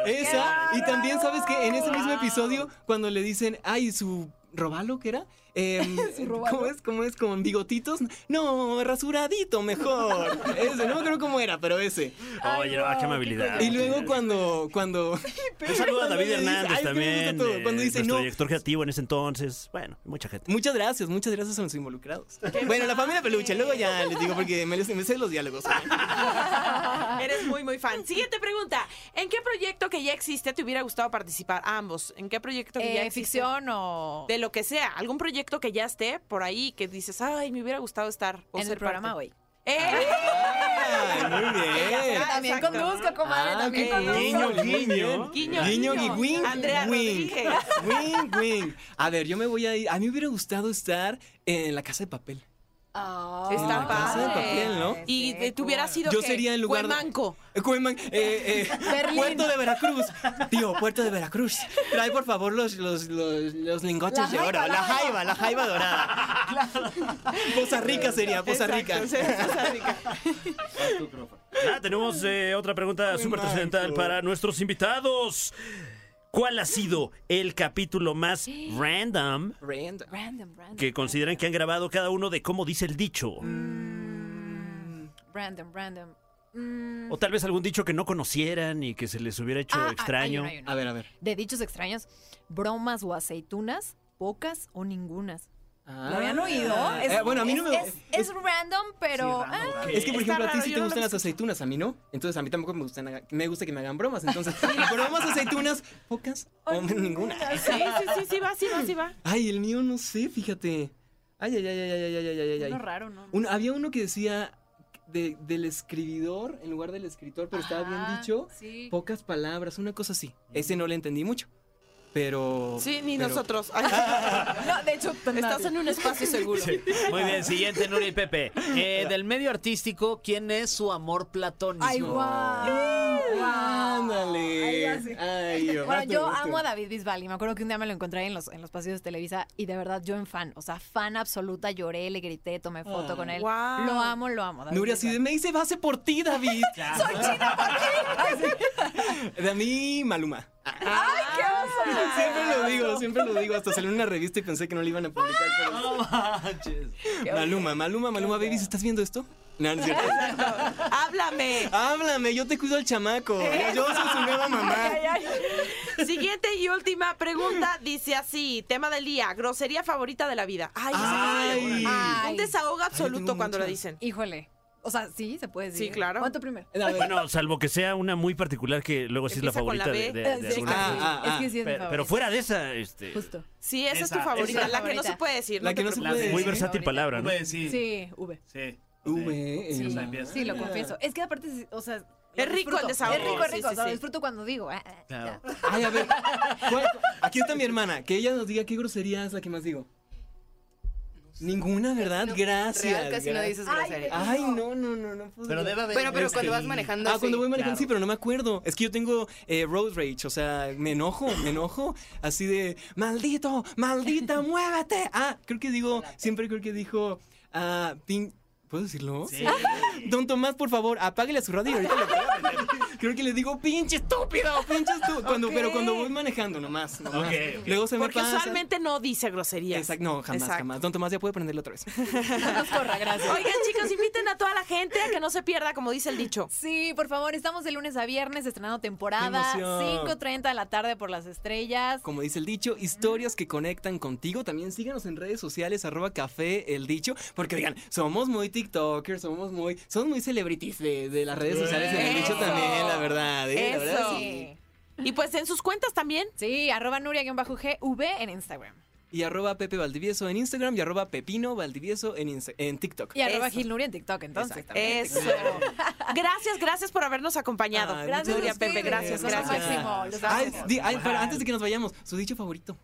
Speaker 5: Esa.
Speaker 7: ¡Qué
Speaker 5: Y también,
Speaker 7: bárbaro!
Speaker 5: ¿sabes que En ese mismo episodio, cuando le dicen, ay, su robalo, ¿qué era? Em,
Speaker 7: robalo.
Speaker 5: ¿Cómo es? ¿Cómo es? ¿Con bigotitos? No, rasuradito mejor. Ese, no me acuerdo cómo era, pero ese.
Speaker 6: Oye, no, qué amabilidad.
Speaker 5: Y luego cuando, cuando.
Speaker 6: Un saludo Pues a
Speaker 5: Cuando
Speaker 6: David
Speaker 5: le dice-
Speaker 6: Hernández
Speaker 5: ay, es que me gusta
Speaker 6: también.
Speaker 5: todo.
Speaker 6: eh,
Speaker 5: Cuando dice,
Speaker 6: nuestro
Speaker 5: no.
Speaker 6: director creativo en ese entonces. Bueno, mucha gente.
Speaker 5: Muchas gracias, muchas gracias a los involucrados. Bueno, la familia Peluche, luego ya les digo porque me, los- me sé los diálogos.
Speaker 8: Ah.
Speaker 2: Eres muy, muy fan. Siguiente pregunta. ¿En qué proyecto que ya existe te hubiera gustado participar? Ambos. ¿En qué proyecto que ya
Speaker 7: Eh,
Speaker 2: existe?
Speaker 7: ficción o
Speaker 2: De lo que sea. ¿Algún proyecto que ya esté por ahí que dices, ay, me hubiera gustado estar o
Speaker 7: en el
Speaker 2: ser
Speaker 7: programa
Speaker 2: parte"?
Speaker 7: hoy.
Speaker 2: ¡Eh!
Speaker 8: Ah.
Speaker 5: Ay, muy bien.
Speaker 7: También
Speaker 2: Ah, exacto.
Speaker 7: conduzco, comadre,
Speaker 5: Ah,
Speaker 7: también
Speaker 5: ok.
Speaker 7: conduzco.
Speaker 6: Guiño,
Speaker 5: Muy
Speaker 6: guiño.
Speaker 5: bien.
Speaker 2: Guiño,
Speaker 5: Guiño,
Speaker 2: guiño.
Speaker 5: gui- wing,
Speaker 2: Andrea
Speaker 5: wing,
Speaker 2: Rodríguez.
Speaker 5: wing, wing. A ver, yo me voy a ir. A mí me hubiera gustado estar en la casa de papel.
Speaker 7: Ah,
Speaker 2: Está
Speaker 5: En la casa de
Speaker 2: padre.
Speaker 5: papel, ¿no?
Speaker 2: Y
Speaker 7: Qué
Speaker 2: te, te hubiera
Speaker 7: cool.
Speaker 2: sido
Speaker 5: Yo
Speaker 2: que
Speaker 5: sería en lugar de-
Speaker 2: Cuemanco.
Speaker 5: Eh, Cueman, eh, eh,
Speaker 7: Berlín.
Speaker 5: Puerto de Veracruz. Tío, Puerto de Veracruz. Trae por favor los, los, los, los lingotes
Speaker 7: La
Speaker 5: de
Speaker 7: jaiba,
Speaker 5: oro.
Speaker 7: la
Speaker 5: la jaiba, la jaiba dorada. Poza Rica sería, Poza Rica.
Speaker 2: Exacto, sí, Costa Rica.
Speaker 6: Ah, tenemos eh, otra pregunta súper trascendental para nuestros invitados. ¿Cuál ha sido el capítulo más random
Speaker 5: Random.
Speaker 7: Random, random.
Speaker 6: que consideran que han grabado cada uno de cómo dice el dicho?
Speaker 7: Mm. Random, random. Mm,
Speaker 6: O tal vez algún dicho que no conocieran y que se les hubiera hecho
Speaker 7: ah, ah,
Speaker 6: extraño.
Speaker 7: hay una, hay una.
Speaker 5: A ver, a ver.
Speaker 7: De dichos extraños, bromas o aceitunas, pocas o ningunas. ¿Lo habían oído?
Speaker 5: Ah, eh, bueno, a mí no me.
Speaker 7: es- es random, pero. ah,
Speaker 5: Es que, por
Speaker 2: Está
Speaker 5: ejemplo, a ti
Speaker 2: raro,
Speaker 5: sí
Speaker 2: yo
Speaker 5: te
Speaker 2: no lo
Speaker 5: gustan las
Speaker 2: escucho.
Speaker 5: aceitunas, a mí no. Entonces, a mí tampoco me gustan, me gusta que me hagan bromas. Entonces, bromas, aceitunas, pocas o ninguna.
Speaker 2: Sí, sí, sí, sí, va, sí, va, sí, va.
Speaker 5: Ay, el mío no sé, fíjate. Ay, ay, ay, ay, ay, ay, ay, ay, ay, ay.
Speaker 7: uno raro, ¿no?
Speaker 5: Un- había uno que decía de- del escribidor en lugar del escritor, pero estaba bien
Speaker 7: Ajá,
Speaker 5: dicho.
Speaker 7: Ah, Sí.
Speaker 5: Pocas palabras, una cosa así. Ese no le entendí mucho. pero...
Speaker 2: Mm. Sí, ni
Speaker 5: pero-
Speaker 2: nosotros.
Speaker 7: No, de hecho, pues,
Speaker 2: Estás
Speaker 7: nadie.
Speaker 2: en un espacio seguro.
Speaker 3: Muy bien, siguiente, Nuri y Pepe. Eh, del medio artístico, ¿quién es su amor platónico?
Speaker 7: Ay, guau. Ay,
Speaker 5: Ándale.
Speaker 7: ya sé.
Speaker 5: Ay, yo-
Speaker 7: Bueno, yo
Speaker 5: justo.
Speaker 7: amo a David Bisbal y me acuerdo que un día me lo encontré en los, en los pasillos de Televisa y de verdad yo en fan, o sea, fan absoluta, lloré, le grité, tomé foto con él.
Speaker 2: Ah. Guau.
Speaker 7: Lo amo, lo amo. David
Speaker 5: Nuria así de,
Speaker 7: Bisbal.
Speaker 5: me hice base por ti, David.
Speaker 7: ¡Soy china por ti!
Speaker 5: De a mí, Maluma.
Speaker 7: ¡Ay, qué oso!
Speaker 5: Siempre lo digo, siempre lo digo. Hasta salió en una revista y pensé que no lo iban a publicar. pero- Maluma, Maluma, Maluma, baby, ¿estás viendo esto? No, no es cierto.
Speaker 2: ¡Háblame!
Speaker 5: Háblame, yo te cuido al chamaco.
Speaker 9: Eh.
Speaker 5: Yo soy su nueva mamá.
Speaker 2: Siguiente y última pregunta dice así: tema del día, grosería favorita de la vida. Ay, esa cosa
Speaker 5: Ay.
Speaker 2: me llora.
Speaker 7: Ay.
Speaker 2: un desahogo absoluto
Speaker 5: tengo
Speaker 2: cuando la
Speaker 5: muchas.
Speaker 2: dicen.
Speaker 7: Híjole. O sea, sí, se puede decir.
Speaker 2: Sí, claro.
Speaker 7: ¿Cuánto primero?
Speaker 5: A ver,
Speaker 6: Bueno, salvo que sea una muy particular que luego sí es la
Speaker 2: Empieza con la
Speaker 6: favorita de,
Speaker 2: B.
Speaker 6: de-
Speaker 7: Eh,
Speaker 6: de
Speaker 7: sí,
Speaker 6: alguna-
Speaker 7: claro,
Speaker 5: Ah,
Speaker 7: sí.
Speaker 5: ah,
Speaker 7: es que sí es mi
Speaker 6: Pero,
Speaker 7: favorito.
Speaker 6: pero fuera de esa, este,
Speaker 7: Justo.
Speaker 2: Sí, esa, es tu
Speaker 6: Esa,
Speaker 2: favorita,
Speaker 7: esa.
Speaker 2: la que no se puede decir.
Speaker 5: La
Speaker 2: no
Speaker 5: que
Speaker 2: te
Speaker 5: no se
Speaker 2: preocupes.
Speaker 5: puede
Speaker 6: muy
Speaker 5: decir.
Speaker 6: versátil palabra, ¿no?
Speaker 3: sí.
Speaker 7: Sí, V.
Speaker 6: Sí.
Speaker 5: V,
Speaker 7: Sí,
Speaker 5: eh,
Speaker 7: sí, lo confieso. Es que aparte, sí, o sea... lo
Speaker 2: Ah. Es rico el
Speaker 7: disfruto.
Speaker 2: desahogo.
Speaker 7: Es rico, es
Speaker 2: Sí,
Speaker 7: rico.
Speaker 2: sí,
Speaker 7: o sea, lo
Speaker 2: sí.
Speaker 7: disfruto cuando digo. ah, ah,
Speaker 6: Claro.
Speaker 7: ya.
Speaker 5: Ay, a ver. ¿cuál- Aquí está mi hermana. Que ella nos diga qué grosería es la que más digo. Ninguna, ¿verdad? Gracias.
Speaker 9: Real casi no
Speaker 5: gracias.
Speaker 9: dices
Speaker 7: ah,
Speaker 9: grosería.
Speaker 5: Ay, no, no, no, no puedo.
Speaker 3: Pero debe haber.
Speaker 9: Bueno, pero
Speaker 3: este,
Speaker 9: cuando vas manejando.
Speaker 5: Ah, cuando
Speaker 9: sí.
Speaker 5: voy manejando, sí, pero no me acuerdo. Es que yo tengo eh, road rage, o sea, me enojo, me enojo. Así de, maldito, maldita, muévete. Ah, creo que digo, siempre creo que dijo, ah, pin- ¿Puedo decirlo?
Speaker 3: Sí.
Speaker 5: Don Tomás, por favor, apáguele a su radio y ahorita le voy a prender. Creo que le digo, pinche estúpido, pinche estúpido. Cuando, Pero cuando voy manejando, nomás. nomás.
Speaker 3: Ok, ok.
Speaker 5: Luego se me
Speaker 2: Porque
Speaker 5: pasa.
Speaker 2: usualmente no dice groserías.
Speaker 5: Exacto, no, jamás,
Speaker 2: Exacto.
Speaker 5: jamás. Don Tomás ya puede prenderlo otra vez.
Speaker 2: Oigan, chicos, inviten a toda la gente a que no se pierda, como dice el dicho.
Speaker 7: Sí, por favor, estamos de lunes a viernes estrenando temporada.
Speaker 5: ¡Qué emoción!
Speaker 7: 5.30 de la tarde por las estrellas.
Speaker 5: Como dice el dicho, historias que conectan contigo. También síganos en redes sociales, arroba café el dicho. Porque digan, somos muy TikTokers, somos muy, somos muy celebrities de, de las redes sociales en el dicho
Speaker 2: Eso.
Speaker 5: también, la verdad, ¿eh? La verdad,
Speaker 2: Eso.
Speaker 5: sí.
Speaker 2: Y pues en sus cuentas también.
Speaker 7: Sí, arroba Nuria-GV en Instagram.
Speaker 5: Y arroba Pepe Valdivieso en Instagram y arroba Pepino Valdivieso en, Insta- en TikTok.
Speaker 7: Y arroba
Speaker 2: Eso.
Speaker 7: Gil Nuria en TikTok, entonces. también.
Speaker 2: Eso. Gracias, gracias por habernos acompañado.
Speaker 5: Ay,
Speaker 7: Gracias,
Speaker 5: muchas
Speaker 2: Nuria, Pepe,
Speaker 7: ustedes.
Speaker 2: Ah, gracias,
Speaker 7: Son lo
Speaker 2: gracias.
Speaker 7: máximo, los
Speaker 5: Ay,
Speaker 7: amamos.
Speaker 5: di- ay, para- antes de que nos vayamos, su dicho favorito.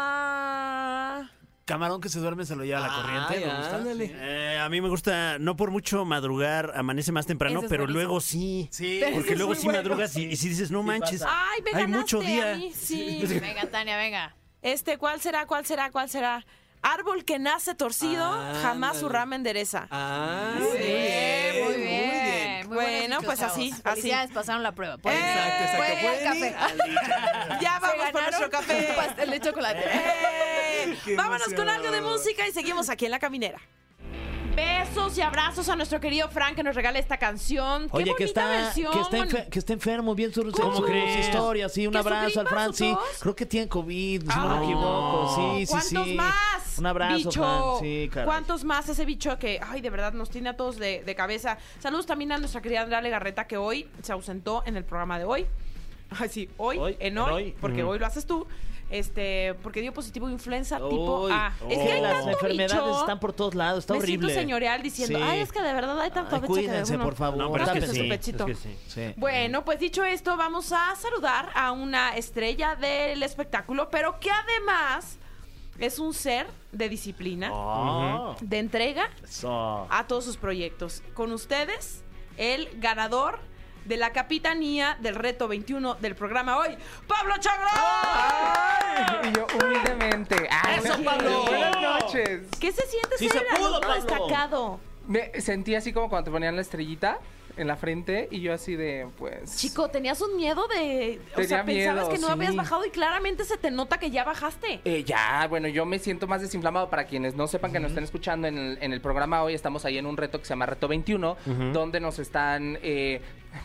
Speaker 2: Ah,
Speaker 3: Camarón que se duerme se lo lleva a la corriente.
Speaker 5: Ay,
Speaker 3: me gusta.
Speaker 5: ándale.
Speaker 6: Eh, a mí me gusta, no por mucho madrugar, amanece más temprano,
Speaker 7: Ese es
Speaker 6: pero
Speaker 7: buenísimo.
Speaker 6: luego sí.
Speaker 3: Sí.
Speaker 6: Porque luego sí madrugas y, y sí dices, no manches.
Speaker 2: Ay, me
Speaker 6: Hay mucho
Speaker 2: ganaste
Speaker 6: día.
Speaker 2: a mí, sí.
Speaker 7: Venga, Tania, venga.
Speaker 2: Este, ¿cuál será? ¿Cuál será? ¿Cuál será? Árbol que nace torcido,
Speaker 5: Ah,
Speaker 2: jamás su
Speaker 5: ándale.
Speaker 2: rama endereza.
Speaker 5: Ah,
Speaker 7: Muy bien, muy bien. Muy buenos
Speaker 2: Eh, Bueno,
Speaker 7: dichos,
Speaker 2: pues
Speaker 7: chavos.
Speaker 2: así, Eh, así.
Speaker 7: Felicidades, pasaron la prueba. Pueden-
Speaker 5: Exacto, exacto.
Speaker 7: pueden ir al
Speaker 5: Pueden ir
Speaker 7: café.
Speaker 5: al dicho.
Speaker 2: Ya
Speaker 7: Se
Speaker 2: vamos por nuestro
Speaker 7: ganaron
Speaker 2: café.
Speaker 7: Un pastel de chocolate.
Speaker 2: ¡Eh!
Speaker 5: Qué
Speaker 2: Vámonos
Speaker 5: emoción.
Speaker 2: con algo de música y seguimos aquí en la caminera. Besos y abrazos a nuestro querido Frank que nos regala esta canción. Qué
Speaker 3: Oye,
Speaker 2: bonita
Speaker 3: que está,
Speaker 2: versión.
Speaker 3: que, está enfer- que está enfermo, bien su, ¿Cómo
Speaker 6: crees?
Speaker 3: historia, sí, un
Speaker 2: ¿Que su
Speaker 3: abrazo al
Speaker 2: gripa,
Speaker 3: Franci.
Speaker 2: sus dos?
Speaker 3: Creo que tiene COVID, si no
Speaker 2: Ay,
Speaker 3: me equivoco, sí, sí, sí.
Speaker 2: Ah. ¿Cuántos más?
Speaker 3: Un abrazo,
Speaker 2: bicho.
Speaker 3: Fran, sí, caray.
Speaker 2: ¿Cuántos más ese bicho que, ay, de verdad nos tiene a todos de, de cabeza? Saludos también a nuestra querida Andrea Legarreta que hoy se ausentó en el programa de hoy. Ay, sí, hoy,
Speaker 3: Hoy,
Speaker 2: en
Speaker 3: en
Speaker 2: hoy,
Speaker 3: hoy.
Speaker 2: porque
Speaker 3: Ujú.
Speaker 2: hoy lo haces tú. Este, porque dio positivo de influenza tipo
Speaker 3: Uy, oh,
Speaker 2: A. es que hay
Speaker 3: las
Speaker 2: tanto
Speaker 3: enfermedades
Speaker 2: bicho.
Speaker 3: están por todos lados, está
Speaker 2: me
Speaker 3: horrible.
Speaker 2: siento señorial diciendo,
Speaker 3: Sí.
Speaker 2: ay, es que de verdad hay tanto
Speaker 3: Ay,
Speaker 2: pecho que de
Speaker 3: cuídense,
Speaker 2: uno".
Speaker 3: por favor.
Speaker 6: No, pero
Speaker 2: Tápense
Speaker 6: es que
Speaker 2: su
Speaker 6: sí,
Speaker 2: pechito.
Speaker 6: es que sí.
Speaker 3: Sí.
Speaker 2: Bueno, pues dicho esto, vamos a saludar a una estrella del espectáculo, pero que además es un ser de disciplina,
Speaker 3: Oh,
Speaker 2: de entrega
Speaker 3: eso.
Speaker 2: a todos sus proyectos. Con ustedes, el ganador de la capitanía del reto 21 del programa hoy, Pablo Chagra.
Speaker 10: Y yo humildemente. Ay,
Speaker 3: ¡Eso,
Speaker 10: buenas-
Speaker 3: Pablo!
Speaker 10: Buenas
Speaker 3: Ah,
Speaker 10: noches.
Speaker 2: ¿Qué se siente
Speaker 3: Sí
Speaker 2: ser
Speaker 3: se
Speaker 2: el
Speaker 3: pudo,
Speaker 2: alumno
Speaker 3: Pablo.
Speaker 2: destacado?
Speaker 10: Me sentí así como cuando te ponían la estrellita en la frente y yo así de, pues.
Speaker 2: Chico, tenías un miedo de... o sea, pensabas
Speaker 10: Tenía miedo,
Speaker 2: que no
Speaker 10: sí.
Speaker 2: habías bajado y claramente se te nota que ya bajaste.
Speaker 10: Eh, ya, bueno, yo me siento más desinflamado para quienes no sepan que nos están escuchando en el, en el programa hoy. Estamos ahí en un reto que se llama Reto 21, donde nos están, eh,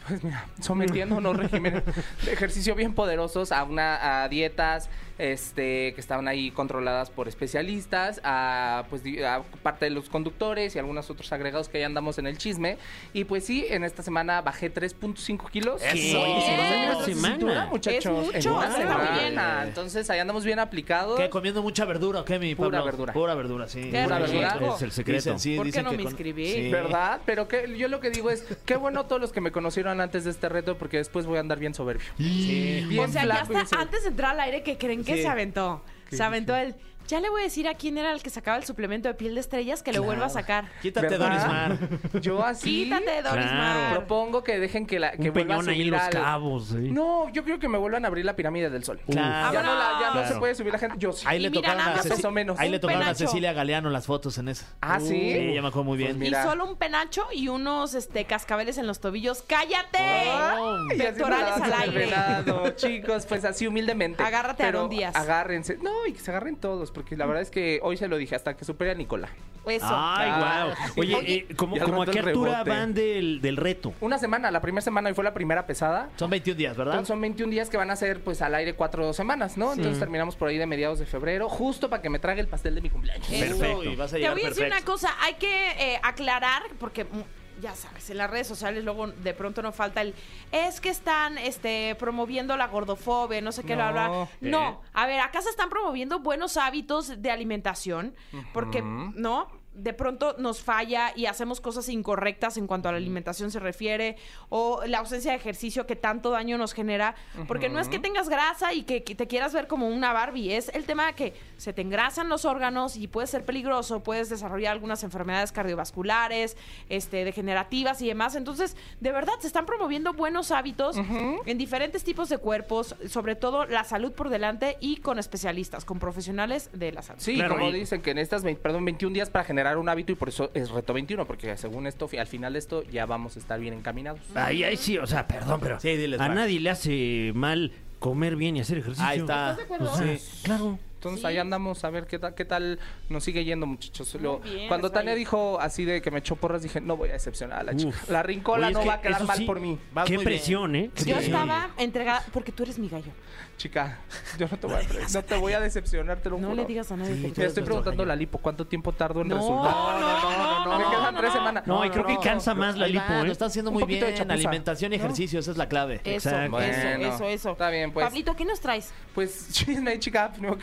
Speaker 10: pues mira, sometiendo a unos regímenes de ejercicio bien poderosos a una a dietas este, que estaban ahí controladas por especialistas, a, pues, di- a parte de los conductores y algunos otros agregados que ya andamos en el chisme. Y pues sí, en esta semana bajé 3.5 kilos.
Speaker 4: Este.
Speaker 6: Eso.
Speaker 10: Oye, se nos
Speaker 6: En
Speaker 10: entra
Speaker 6: una
Speaker 10: la
Speaker 6: semana.
Speaker 10: cintura, muchachos.
Speaker 2: Es
Speaker 10: En
Speaker 2: mucho,
Speaker 10: una
Speaker 2: está muy bien.
Speaker 10: semana. Ah, Entonces ahí andamos bien aplicados.
Speaker 3: ¿Qué, comiendo mucha verdura o qué, mi
Speaker 10: Pura
Speaker 3: Pablo?
Speaker 10: verdura.
Speaker 3: Pura verdura, sí.
Speaker 2: Qué
Speaker 10: Pura
Speaker 6: Sí,
Speaker 10: verdura.
Speaker 6: Es el secreto.
Speaker 3: Dicen, sí,
Speaker 2: ¿Por qué
Speaker 3: dicen
Speaker 2: no
Speaker 3: que
Speaker 2: me
Speaker 3: con-
Speaker 2: inscribí?
Speaker 3: Sí.
Speaker 10: ¿Verdad? Pero que, yo lo que digo es, qué bueno todos los que me conocieron antes de este reto porque después voy a andar bien soberbio. Bien
Speaker 2: o sea, ya
Speaker 10: flaco y
Speaker 2: hasta
Speaker 10: soberbio.
Speaker 2: antes de entrar al aire que creen que
Speaker 10: Sí.
Speaker 2: se aventó.
Speaker 10: Sí,
Speaker 2: se
Speaker 10: sí,
Speaker 2: aventó
Speaker 10: sí.
Speaker 2: el. Ya le voy a decir a quién era el que sacaba el suplemento de piel de estrellas que lo vuelva a sacar.
Speaker 3: Quítate,
Speaker 10: ¿Verdad?
Speaker 3: Doris Mar.
Speaker 10: Yo así
Speaker 2: Quítate, Doris
Speaker 6: Claro.
Speaker 2: Mar.
Speaker 10: propongo que dejen que, la, que
Speaker 6: Un
Speaker 10: vuelva a
Speaker 6: peñón ahí en
Speaker 10: subir
Speaker 6: los
Speaker 10: al-
Speaker 6: cabos. sí.
Speaker 10: No, yo creo que me vuelvan a abrir la pirámide del sol.
Speaker 3: Claro.
Speaker 10: Ya, no, la- ya no
Speaker 3: Claro.
Speaker 10: se puede subir la gente. Yo sí.
Speaker 3: Ahí le
Speaker 2: Y mira,
Speaker 3: tocaron,
Speaker 2: nada
Speaker 3: a,
Speaker 2: más
Speaker 3: Ceci-
Speaker 10: más o menos.
Speaker 3: Ahí le
Speaker 2: Un
Speaker 3: tocaron a
Speaker 2: penacho.
Speaker 3: Cecilia Galeano las fotos en esa.
Speaker 10: Ah, ¿sí?
Speaker 3: Sí, ya me acuerdo muy bien.
Speaker 10: Pues
Speaker 2: Y
Speaker 10: mira.
Speaker 2: solo un penacho y unos este, cascabeles en los tobillos. ¡Cállate!
Speaker 10: Y así
Speaker 2: Pectorales
Speaker 10: me
Speaker 2: al
Speaker 10: la hacen
Speaker 2: aire.
Speaker 10: el venado, chicos, pues así humildemente.
Speaker 2: Agárrate a Aarón Díaz.
Speaker 10: Agárrense. No, y que se agarren todos, porque la verdad es que hoy se lo dije, hasta que supere a Nicola.
Speaker 2: Pues Eso.
Speaker 6: Ay,
Speaker 10: Ah,
Speaker 6: guau.
Speaker 10: sí.
Speaker 6: Oye,
Speaker 10: Oye,
Speaker 6: eh, ¿cómo,
Speaker 10: y al
Speaker 6: cómo a
Speaker 10: rato
Speaker 6: qué
Speaker 10: el
Speaker 6: altura
Speaker 10: rebote.
Speaker 6: van del, del reto?
Speaker 10: Una semana, la primera semana hoy fue la primera pesada.
Speaker 3: Son 21 días, ¿verdad?
Speaker 10: Entonces son 21 días que van a ser pues al aire cuatro semanas, ¿no? Entonces terminamos por ahí de mediados de febrero, justo para que me trague el pastel de mi cumpleaños.
Speaker 3: Perfecto. Y vas a
Speaker 2: Te
Speaker 3: llegar
Speaker 2: voy a decir
Speaker 3: perfecto.
Speaker 2: una cosa, hay que eh, aclarar, porque mm, ya sabes, en las redes sociales luego de pronto no falta el es que están este promoviendo la gordofobia, no sé qué
Speaker 10: No.
Speaker 2: lo habla. No, a ver, acá se están promoviendo buenos hábitos de alimentación, porque, ¿no? De pronto nos falla y hacemos cosas incorrectas en cuanto a la alimentación se refiere, o la ausencia de ejercicio que tanto daño nos genera, porque no es que tengas grasa y que, que te quieras ver como una Barbie, es el tema de que se te engrasan los órganos y puede ser peligroso, puedes desarrollar algunas enfermedades cardiovasculares, este, degenerativas y demás. Entonces, de verdad, se están promoviendo buenos hábitos en diferentes tipos de cuerpos, sobre todo la salud por delante y con especialistas, con profesionales de la salud.
Speaker 10: Sí,
Speaker 6: Claro,
Speaker 10: como
Speaker 6: y-
Speaker 10: dicen que en estas, vein- perdón, 21 días para generar un hábito y por eso es reto 21, porque según esto, fi- al final de esto ya vamos a estar bien encaminados.
Speaker 6: Ahí, ahí sí, o sea, perdón, pero
Speaker 3: Sí, diles,
Speaker 6: a
Speaker 3: va.
Speaker 6: nadie le hace mal comer bien y hacer ejercicio.
Speaker 3: Ahí está.
Speaker 6: O sea, Claro.
Speaker 10: Entonces ahí andamos a ver qué tal, qué tal nos sigue yendo, muchachos. Lo-
Speaker 2: bien,
Speaker 10: cuando
Speaker 2: les va a
Speaker 10: Tania
Speaker 2: ir.
Speaker 10: dijo así de que me echó porras, dije, no voy a decepcionar a la chica.
Speaker 6: Uf.
Speaker 10: La rincola
Speaker 6: Oye, es
Speaker 10: no
Speaker 6: que
Speaker 10: va a quedar
Speaker 6: eso
Speaker 10: mal
Speaker 6: sí,
Speaker 10: por mí.
Speaker 3: Vas
Speaker 6: Qué
Speaker 3: muy bien.
Speaker 6: presión, ¿eh? Qué
Speaker 2: Yo
Speaker 6: presión.
Speaker 2: estaba entregada, porque tú eres mi gallo.
Speaker 10: Chica, yo no te voy a, no te voy a decepcionar, te lo
Speaker 2: No
Speaker 10: juro.
Speaker 2: le digas a nadie. que-
Speaker 10: Me estoy preguntando a la lipo, ¿cuánto tiempo tardo en
Speaker 2: No,
Speaker 10: resultar?
Speaker 2: no, no, no,
Speaker 10: Me
Speaker 2: no,
Speaker 10: quedan
Speaker 2: no,
Speaker 10: tres
Speaker 2: no.
Speaker 10: semanas.
Speaker 6: No, y creo que cansa más la
Speaker 3: Ahí va,
Speaker 6: lipo, ¿eh?
Speaker 3: Lo estás haciendo
Speaker 10: Un
Speaker 3: muy
Speaker 10: poquito de
Speaker 3: bien.
Speaker 10: chapuza.
Speaker 3: Alimentación y ejercicio, esa es la clave.
Speaker 2: Eso,
Speaker 6: Exacto.
Speaker 2: eso,
Speaker 10: Bueno.
Speaker 2: eso, eso.
Speaker 10: Está bien, pues.
Speaker 2: Pablito, ¿qué nos traes?
Speaker 10: Pues chisme, chica. primero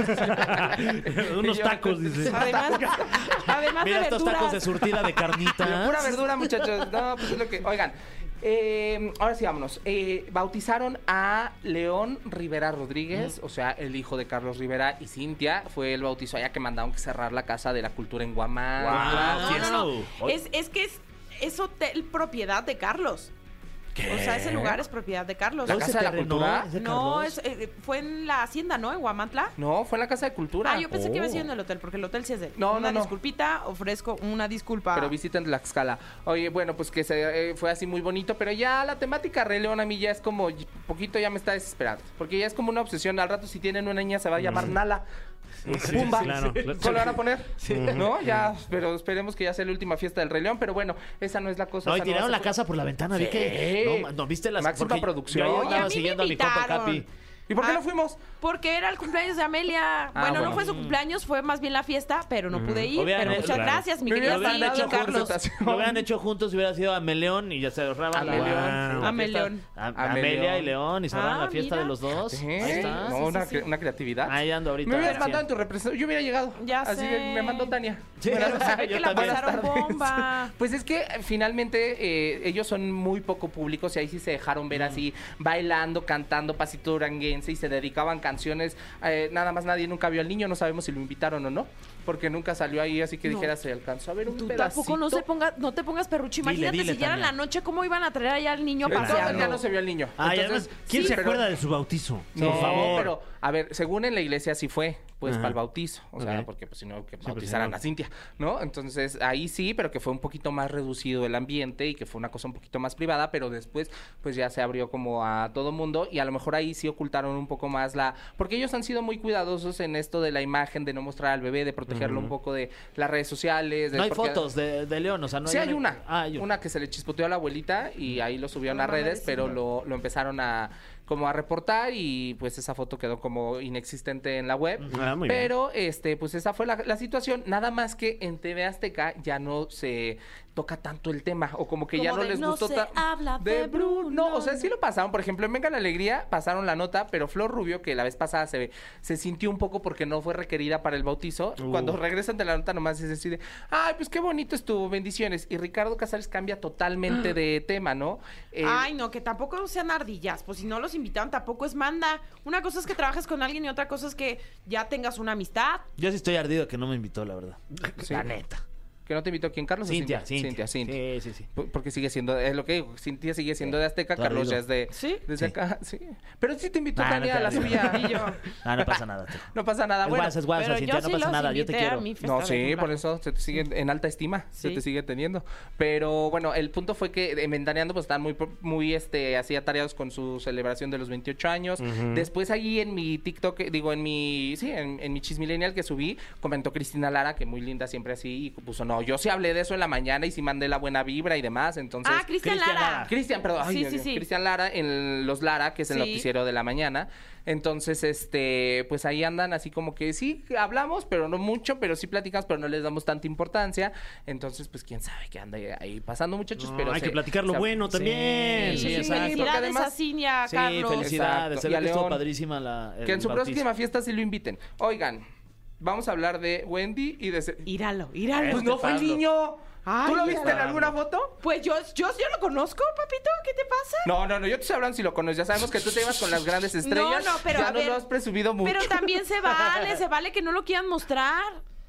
Speaker 10: que-
Speaker 6: Unos
Speaker 10: Yo-
Speaker 6: tacos, dice.
Speaker 2: Además, además
Speaker 3: Mira
Speaker 2: de
Speaker 3: estos
Speaker 2: verduras.
Speaker 3: tacos de surtida de
Speaker 10: La
Speaker 4: Ah.
Speaker 10: pura
Speaker 3: carnitas.
Speaker 10: verdura, muchachos. No, pues es lo que. Oigan. eh, ahora sí, vámonos. Eh, bautizaron a León Rivera Rodríguez, o sea, el hijo de Carlos Rivera y Cintia. Fue el bautizo allá que mandaron que cerrar la casa de la cultura en Guamán.
Speaker 6: Guau.
Speaker 2: No, no, no.
Speaker 6: Fiesta.
Speaker 2: Es, es que es, es hotel propiedad de Carlos. O sea, ese lugar es propiedad de Carlos.
Speaker 10: ¿La
Speaker 2: O sea,
Speaker 10: Casa de la Cultura?
Speaker 3: ¿Es de
Speaker 2: no,
Speaker 3: Carlos?
Speaker 2: es, eh, fue en la hacienda, ¿no? En Guamantla.
Speaker 10: No, fue en la casa de cultura.
Speaker 2: Ah, yo pensé que iba
Speaker 10: Oh.
Speaker 2: siendo en el hotel, porque el hotel sí es de él.
Speaker 10: No,
Speaker 2: una
Speaker 10: no, no.
Speaker 2: disculpita, ofrezco una disculpa.
Speaker 3: Ah.
Speaker 10: Pero visiten Tlaxcala. Oye, bueno, pues que se, eh, fue así muy bonito, pero ya la temática Rey León a mí ya es como, y- poquito ya me está desesperando, porque ya es como una obsesión. Al rato si tienen una niña se va a llamar Nala.
Speaker 6: Sí,
Speaker 10: Pumba.
Speaker 6: claro, claro.
Speaker 10: ¿Cómo lo van a poner? ¿No? Ya, pero esperemos que ya sea la última fiesta del Rey León, pero bueno, esa no es la cosa.
Speaker 3: No, y
Speaker 10: esa no va a
Speaker 3: tiraron
Speaker 10: ser-
Speaker 3: la casa por la ventana, vi
Speaker 10: Sí.
Speaker 3: que. No, ma- No, viste las
Speaker 10: Máxima
Speaker 3: porque
Speaker 10: producción.
Speaker 3: Yo
Speaker 10: Y
Speaker 3: ahí
Speaker 10: a
Speaker 3: andaba
Speaker 2: mí me
Speaker 3: siguiendo a mi compa
Speaker 2: invitaron.
Speaker 3: Capi.
Speaker 10: ¿Y por qué
Speaker 2: Ah.
Speaker 10: no fuimos?
Speaker 2: Porque era el cumpleaños de Amelia. bueno,
Speaker 10: bueno.
Speaker 2: no fue su cumpleaños, fue más bien la fiesta, pero no pude ir.
Speaker 3: Obviamente,
Speaker 2: pero muchas
Speaker 3: claro.
Speaker 2: gracias, mi
Speaker 10: Me
Speaker 2: querida
Speaker 10: hubieran
Speaker 2: Cintia
Speaker 10: dado
Speaker 2: y Carlos.
Speaker 10: mejor
Speaker 3: Lo hubieran hecho juntos, hubiera sido a Meleón y ya se ahorraban. la-
Speaker 10: Ameleón.
Speaker 3: la
Speaker 2: Ameleón.
Speaker 3: fiesta. A-
Speaker 10: Ameleón.
Speaker 3: Amelia y León y se ahorraban
Speaker 2: Ah,
Speaker 3: la fiesta
Speaker 2: mira.
Speaker 3: de los dos.
Speaker 10: ¿Eh?
Speaker 3: Ahí está.
Speaker 10: No, una, cre- una creatividad.
Speaker 3: Ahí ando ahorita.
Speaker 10: Me hubieras
Speaker 3: Pero-
Speaker 10: mandado en tu representación. Yo hubiera llegado.
Speaker 2: Ya
Speaker 10: Así de,
Speaker 2: sé.
Speaker 10: me mandó Tania.
Speaker 3: Sí,
Speaker 10: Buenas-
Speaker 3: pero se ve
Speaker 2: que
Speaker 10: Yo
Speaker 2: la
Speaker 10: también.
Speaker 2: pasaron
Speaker 10: Buenas tardes.
Speaker 2: bomba.
Speaker 10: Pues es que eh, finalmente eh, ellos son muy poco públicos y ahí sí se dejaron
Speaker 6: Mm.
Speaker 10: ver así, bailando, cantando pasito duranguense y se dedicaban canciones. eh, nada más nadie nunca vio al niño, no sabemos si lo invitaron o no, porque nunca salió ahí, así que
Speaker 2: No.
Speaker 10: dijera, se alcanzó a ver un
Speaker 2: Tú
Speaker 10: pedacito.
Speaker 2: tampoco no, se ponga, no te pongas perrucho.
Speaker 6: Dile,
Speaker 2: Imagínate
Speaker 6: dile,
Speaker 2: si ya era la
Speaker 6: Tania.
Speaker 2: noche, ¿cómo iban a traer allá al niño a
Speaker 10: Entonces
Speaker 2: pasearlo?
Speaker 10: ya no se vio al niño.
Speaker 6: Ay,
Speaker 10: Entonces,
Speaker 6: además, ¿quién
Speaker 10: sí,
Speaker 6: se
Speaker 10: pero-
Speaker 6: acuerda de su bautizo?
Speaker 10: No,
Speaker 6: Por favor.
Speaker 10: pero a ver, según en la iglesia sí fue, pues
Speaker 6: Ajá.
Speaker 10: para el bautizo, o sea,
Speaker 6: Ok.
Speaker 10: porque pues si no que
Speaker 6: pues, si
Speaker 10: bautizaran
Speaker 6: no.
Speaker 10: a Cintia, ¿no? Entonces ahí sí, pero que fue un poquito más reducido el ambiente y que fue una cosa un poquito más privada, pero después pues ya se abrió como a todo mundo y a lo mejor ahí sí ocultaron un poco más la porque ellos han sido muy cuidadosos en esto de la imagen de no mostrar al bebé, de protegerlo un poco de las redes sociales, de
Speaker 3: No hay
Speaker 10: porque-
Speaker 3: fotos de, de León, o sea, no
Speaker 10: sí, hay una.
Speaker 3: Ah, hay
Speaker 10: una. que se le chispoteó a la abuelita y ahí lo subió en las redes, pero lo, lo empezaron a como a reportar y pues esa foto quedó como inexistente en la web.
Speaker 6: Ah, muy bien.
Speaker 10: Pero este pues esa fue la, la situación, nada más que en TV Azteca ya no se toca tanto el tema o como que ya
Speaker 8: Como
Speaker 10: no
Speaker 8: de
Speaker 10: les
Speaker 8: no
Speaker 10: gustó
Speaker 8: se
Speaker 10: tan-
Speaker 8: habla de
Speaker 10: No, o sea,
Speaker 8: Bruno.
Speaker 10: sí lo pasaron, por ejemplo, en Venga la Alegría pasaron la nota, pero Flor Rubio, que la vez pasada se, se sintió un poco porque no fue requerida para el bautizo, cuando regresan de la nota nomás se decide, ay, pues qué bonito estuvo, bendiciones. Y Ricardo Casares cambia totalmente de tema, ¿no? Eh,
Speaker 2: Ah. Ay, no, que tampoco sean ardillas, pues si no los invitaron tampoco es manda. Una cosa es que trabajes con alguien y otra cosa es que ya tengas una amistad.
Speaker 3: Yo sí estoy ardido que no me invitó, la verdad.
Speaker 10: Sí.
Speaker 3: La neta.
Speaker 10: Que no te invitó quién, Carlos. o
Speaker 3: Pues Cintia, Cintia.
Speaker 10: Cintia, Cintia.
Speaker 3: Sí, sí, sí.
Speaker 10: Por- Porque sigue siendo, es lo que digo, Cintia sigue siendo de Azteca,
Speaker 3: Tú
Speaker 10: Carlos
Speaker 3: ardido.
Speaker 10: ya es de,
Speaker 2: ¿Sí?
Speaker 3: Sí.
Speaker 10: desde acá, sí. Pero sí te invitó
Speaker 3: Nah, no
Speaker 10: Tania
Speaker 3: te
Speaker 10: a la
Speaker 3: ardido.
Speaker 10: suya.
Speaker 2: Y yo.
Speaker 3: Ah, no pasa nada. tío.
Speaker 10: No pasa nada,
Speaker 3: Es
Speaker 10: bueno.
Speaker 3: guasa, es guasa,
Speaker 2: pero
Speaker 3: Cintia,
Speaker 2: yo
Speaker 3: no
Speaker 2: sí
Speaker 3: pasa
Speaker 2: los
Speaker 3: nada, yo te
Speaker 2: invité a
Speaker 3: quiero.
Speaker 2: mi fiesta
Speaker 10: No,
Speaker 2: de
Speaker 10: sí,
Speaker 2: cumpleaños.
Speaker 10: por eso se te sigue en alta estima, se
Speaker 2: Sí.
Speaker 10: te sigue teniendo. Pero bueno, el punto fue que en Ventaneando pues estaban muy, pro- muy este, así atareados con su celebración de los 28 años. Después ahí en mi TikTok, eh, digo, en mi, sí, en, en mi chismilenial que subí, comentó Cristina Lara, que muy linda siempre así, y puso, no, yo sí hablé de eso en la mañana y sí mandé la buena vibra y demás, entonces...
Speaker 2: ah, Cristian
Speaker 3: Cristian
Speaker 2: Lara.
Speaker 3: Lara.
Speaker 10: Cristian, perdón. Ay,
Speaker 2: Sí,
Speaker 10: Dios
Speaker 2: sí,
Speaker 10: mío.
Speaker 2: sí.
Speaker 10: Cristian Lara en Los Lara, que es el
Speaker 2: Sí.
Speaker 10: noticiero de la mañana. Entonces, este, pues ahí andan así como que sí, hablamos, pero no mucho, pero sí platicamos, pero no les damos tanta importancia. Entonces, pues quién sabe qué anda ahí pasando, muchachos.
Speaker 6: No,
Speaker 10: pero
Speaker 6: hay
Speaker 10: se-
Speaker 6: que platicar lo
Speaker 10: se-
Speaker 6: bueno también.
Speaker 2: Sí,
Speaker 10: Sí, exacto.
Speaker 2: felicidades
Speaker 10: Porque además-
Speaker 2: a Cinia,
Speaker 3: Sí,
Speaker 2: Carlos.
Speaker 3: felicidades.
Speaker 10: Exacto.
Speaker 3: Se
Speaker 10: Y
Speaker 3: ve
Speaker 10: a
Speaker 3: que estuvo
Speaker 10: León.
Speaker 3: padrísima la. el
Speaker 10: Que en su
Speaker 3: bautizo.
Speaker 10: próxima fiesta sí lo inviten. Oigan, vamos a hablar de Wendy y de. se-
Speaker 2: Íralo, íralo.
Speaker 10: Pues no fue el Pablo. niño.
Speaker 2: Ay,
Speaker 10: ¿Tú lo viste en
Speaker 2: Pablo.
Speaker 10: alguna foto?
Speaker 2: Pues yo, yo, yo lo conozco, papito. ¿Qué te pasa?
Speaker 10: No, no, no, yo te estoy hablando si lo conoces. Ya sabemos que tú te ibas con las grandes estrellas.
Speaker 2: no, pero
Speaker 10: ya
Speaker 2: a
Speaker 10: no
Speaker 2: ver,
Speaker 10: lo has presumido mucho.
Speaker 2: Pero también se vale, se vale que no lo quieran mostrar.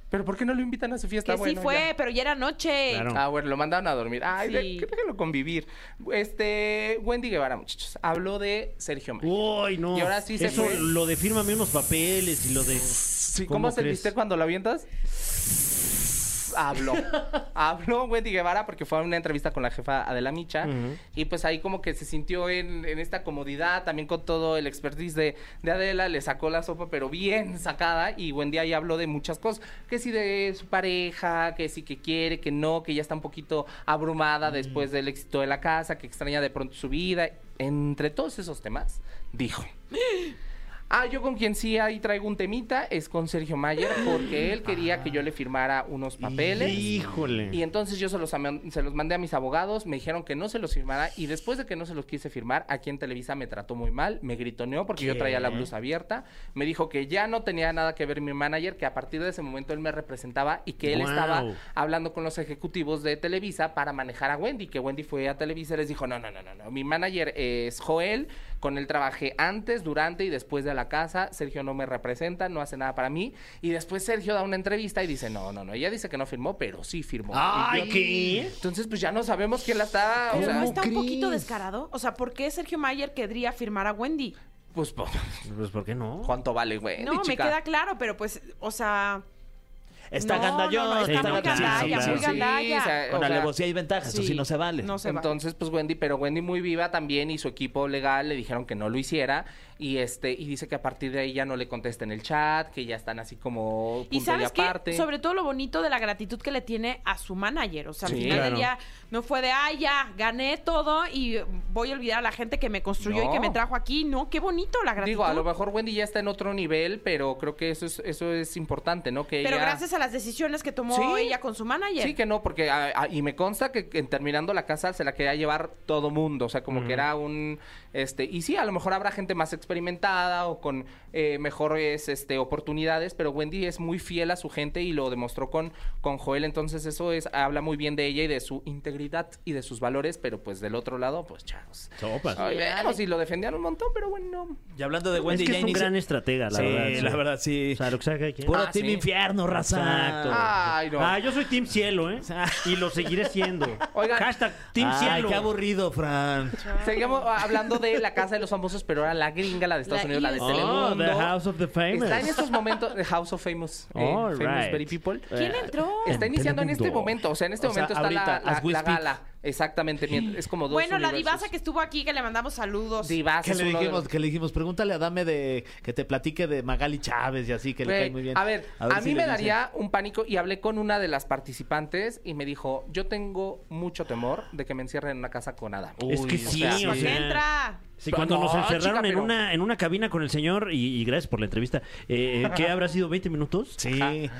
Speaker 10: ¿Pero por qué no lo invitan a su
Speaker 2: Que
Speaker 10: fiesta?
Speaker 2: sí
Speaker 10: Bueno,
Speaker 2: fue,
Speaker 10: ya.
Speaker 2: pero ya era noche.
Speaker 6: Claro.
Speaker 10: Ah, bueno, lo mandaron a dormir. Ay,
Speaker 2: Sí.
Speaker 10: de- déjalo convivir. Este, Wendy Guevara, muchachos, habló de Sergio Mayer.
Speaker 6: Uy, no.
Speaker 10: Y ahora sí se
Speaker 6: Eso,
Speaker 10: fue.
Speaker 6: lo de fírmame unos papeles y lo de.
Speaker 10: Sí, ¿Cómo, se
Speaker 6: crees?
Speaker 10: viste cuando lo avientas? Habló. Habló Wendy Guevara porque fue a una entrevista con la jefa Adela Micha. Y pues ahí como que se sintió en, en esta comodidad, también con todo el expertise de, de Adela, le sacó la sopa, pero bien sacada. Y Wendy ahí habló de muchas cosas. Que sí de su pareja, que sí que quiere, que no, que ya está un poquito abrumada después del éxito de la casa, que extraña de pronto su vida. Entre todos esos temas, dijo. Ah, yo con quien sí ahí traigo un temita es con Sergio Mayer porque él quería que yo le firmara unos papeles.
Speaker 6: Híjole.
Speaker 10: Y entonces yo se los, am- se los mandé a mis abogados, me dijeron que no se los firmara y después de que no se los quise firmar, aquí en Televisa me trató muy mal, me gritoneó porque yo traía la blusa abierta, me dijo que ya no tenía nada que ver mi manager, que a partir de ese momento él me representaba y que él
Speaker 6: Guau.
Speaker 10: estaba hablando con los ejecutivos de Televisa para manejar a Wendy, que Wendy fue a Televisa y les dijo, no, no, no, no, no, mi manager es Joel, con él trabajé antes, durante y después de la casa, Sergio no me representa, no hace nada para mí, y después Sergio da una entrevista y dice, no, no, no, ella dice que no firmó, pero sí firmó.
Speaker 4: Ah.
Speaker 10: Y
Speaker 6: Ay,
Speaker 10: yo-
Speaker 6: ¿qué?
Speaker 10: Entonces, pues ya no sabemos quién la está, o
Speaker 2: Pero
Speaker 10: sea,
Speaker 2: no está un
Speaker 6: crees?
Speaker 2: poquito descarado. O sea, ¿por qué Sergio Mayer querría firmar a Wendy?
Speaker 10: pues, po-
Speaker 6: Pues, ¿por qué no?
Speaker 10: ¿cuánto vale, Wendy,
Speaker 2: No, me
Speaker 10: Eh, chica?
Speaker 2: queda claro, pero pues, o sea,
Speaker 3: Está
Speaker 2: No,
Speaker 3: gandallón.
Speaker 2: no, no, está
Speaker 6: muy gandalla, muy
Speaker 2: gandalla.
Speaker 3: Con
Speaker 10: o sea,
Speaker 3: alevosía y ventajas, eso sí
Speaker 2: sí.
Speaker 3: no se vale.
Speaker 2: No se va.
Speaker 10: Entonces, pues Wendy, pero Wendy muy viva también y su equipo legal le dijeron que no lo hiciera y este y dice que a partir de ahí ya no le contesta en el chat, que ya están así como punto
Speaker 2: Y sabes
Speaker 10: y aparte.
Speaker 2: qué, sobre todo lo bonito de la gratitud que le tiene a su manager. O sea, al
Speaker 10: Sí,
Speaker 2: final
Speaker 6: claro.
Speaker 2: del día no fue de, ay, ya, gané todo y voy a olvidar a la gente que me construyó
Speaker 10: No.
Speaker 2: y que me trajo aquí. No, qué bonito la gratitud.
Speaker 10: Digo, a lo mejor Wendy ya está en otro nivel, pero creo que eso es eso es importante, ¿no? Que
Speaker 2: Pero
Speaker 10: ella-
Speaker 2: gracias a las decisiones que tomó
Speaker 10: Sí.
Speaker 2: ella con su manager.
Speaker 10: Sí, que no, porque ah, ah, y me consta que, que terminando la casa se la quería llevar todo mundo, o sea, como que era un este y sí, a lo mejor habrá gente más experimentada o con eh, mejores este oportunidades, pero Wendy es muy fiel a su gente y lo demostró con con Joel, entonces eso es habla muy bien de ella y de su integridad y de sus valores, pero pues del otro lado, pues chavos.
Speaker 6: Sopas.
Speaker 10: Ay, vemos, y lo defendían un montón, pero bueno.
Speaker 3: Y hablando de
Speaker 6: Es
Speaker 3: Wendy,
Speaker 6: que
Speaker 3: ya
Speaker 6: es un
Speaker 3: inicia-
Speaker 6: gran estratega, la
Speaker 3: Sí,
Speaker 6: verdad.
Speaker 3: la verdad, sí.
Speaker 6: O sea, lo que saca aquí.
Speaker 3: Puro
Speaker 10: Ah,
Speaker 3: Team
Speaker 10: sí.
Speaker 3: Infierno, raza.
Speaker 6: Exacto.
Speaker 10: Ay, no.
Speaker 4: Ah, yo soy Team Cielo, ¿eh? Y lo seguiré siendo.
Speaker 10: Oigan.
Speaker 4: Hashtag Team
Speaker 3: Ay,
Speaker 4: Cielo.
Speaker 3: qué aburrido, Fran.
Speaker 10: Seguimos ah, hablando de la casa de los famosos, pero ahora la gringa, la de Estados
Speaker 2: La
Speaker 10: Unidos, la de
Speaker 2: Oh,
Speaker 10: Telemundo.
Speaker 6: Oh, The House of the Famous.
Speaker 10: Está en estos momentos de House of Famous, eh,
Speaker 6: All
Speaker 10: Famous
Speaker 6: right.
Speaker 10: Very People.
Speaker 3: Eh,
Speaker 2: ¿Quién entró?
Speaker 10: Está iniciando en este
Speaker 6: Telemundo.
Speaker 10: momento, o sea, en este
Speaker 3: O sea,
Speaker 10: momento está la-
Speaker 3: ahorita,
Speaker 10: la,
Speaker 3: as we
Speaker 10: la
Speaker 3: speak.
Speaker 10: gala. Exactamente, mient- es como dos
Speaker 2: Bueno, la
Speaker 10: universos.
Speaker 2: divasa que estuvo aquí, que le mandamos saludos.
Speaker 10: Divasa
Speaker 3: Que
Speaker 10: es
Speaker 3: le,
Speaker 10: uno de
Speaker 3: dijimos,
Speaker 10: los-
Speaker 3: que le dijimos, pregúntale a Dame de que te platique de Magali Chávez y así, que le
Speaker 10: Güey,
Speaker 3: cae muy bien.
Speaker 10: A ver, a,
Speaker 3: si
Speaker 10: mí
Speaker 3: le
Speaker 10: me
Speaker 3: dice.
Speaker 10: daría un pánico y hablé con una de las participantes y me dijo, yo tengo mucho temor de que me encierren en una casa con Adam.
Speaker 4: es que
Speaker 6: Uy,
Speaker 4: sí,
Speaker 10: o sea,
Speaker 4: o
Speaker 2: Pues
Speaker 4: sea,
Speaker 2: entra.
Speaker 4: Sí, cuando nos
Speaker 10: No,
Speaker 4: encerraron
Speaker 10: chica,
Speaker 4: en,
Speaker 10: pero-
Speaker 4: una, en una cabina con el señor, y, y gracias por la entrevista, eh, ¿qué habrá sido? ¿20 minutos?
Speaker 3: Sí.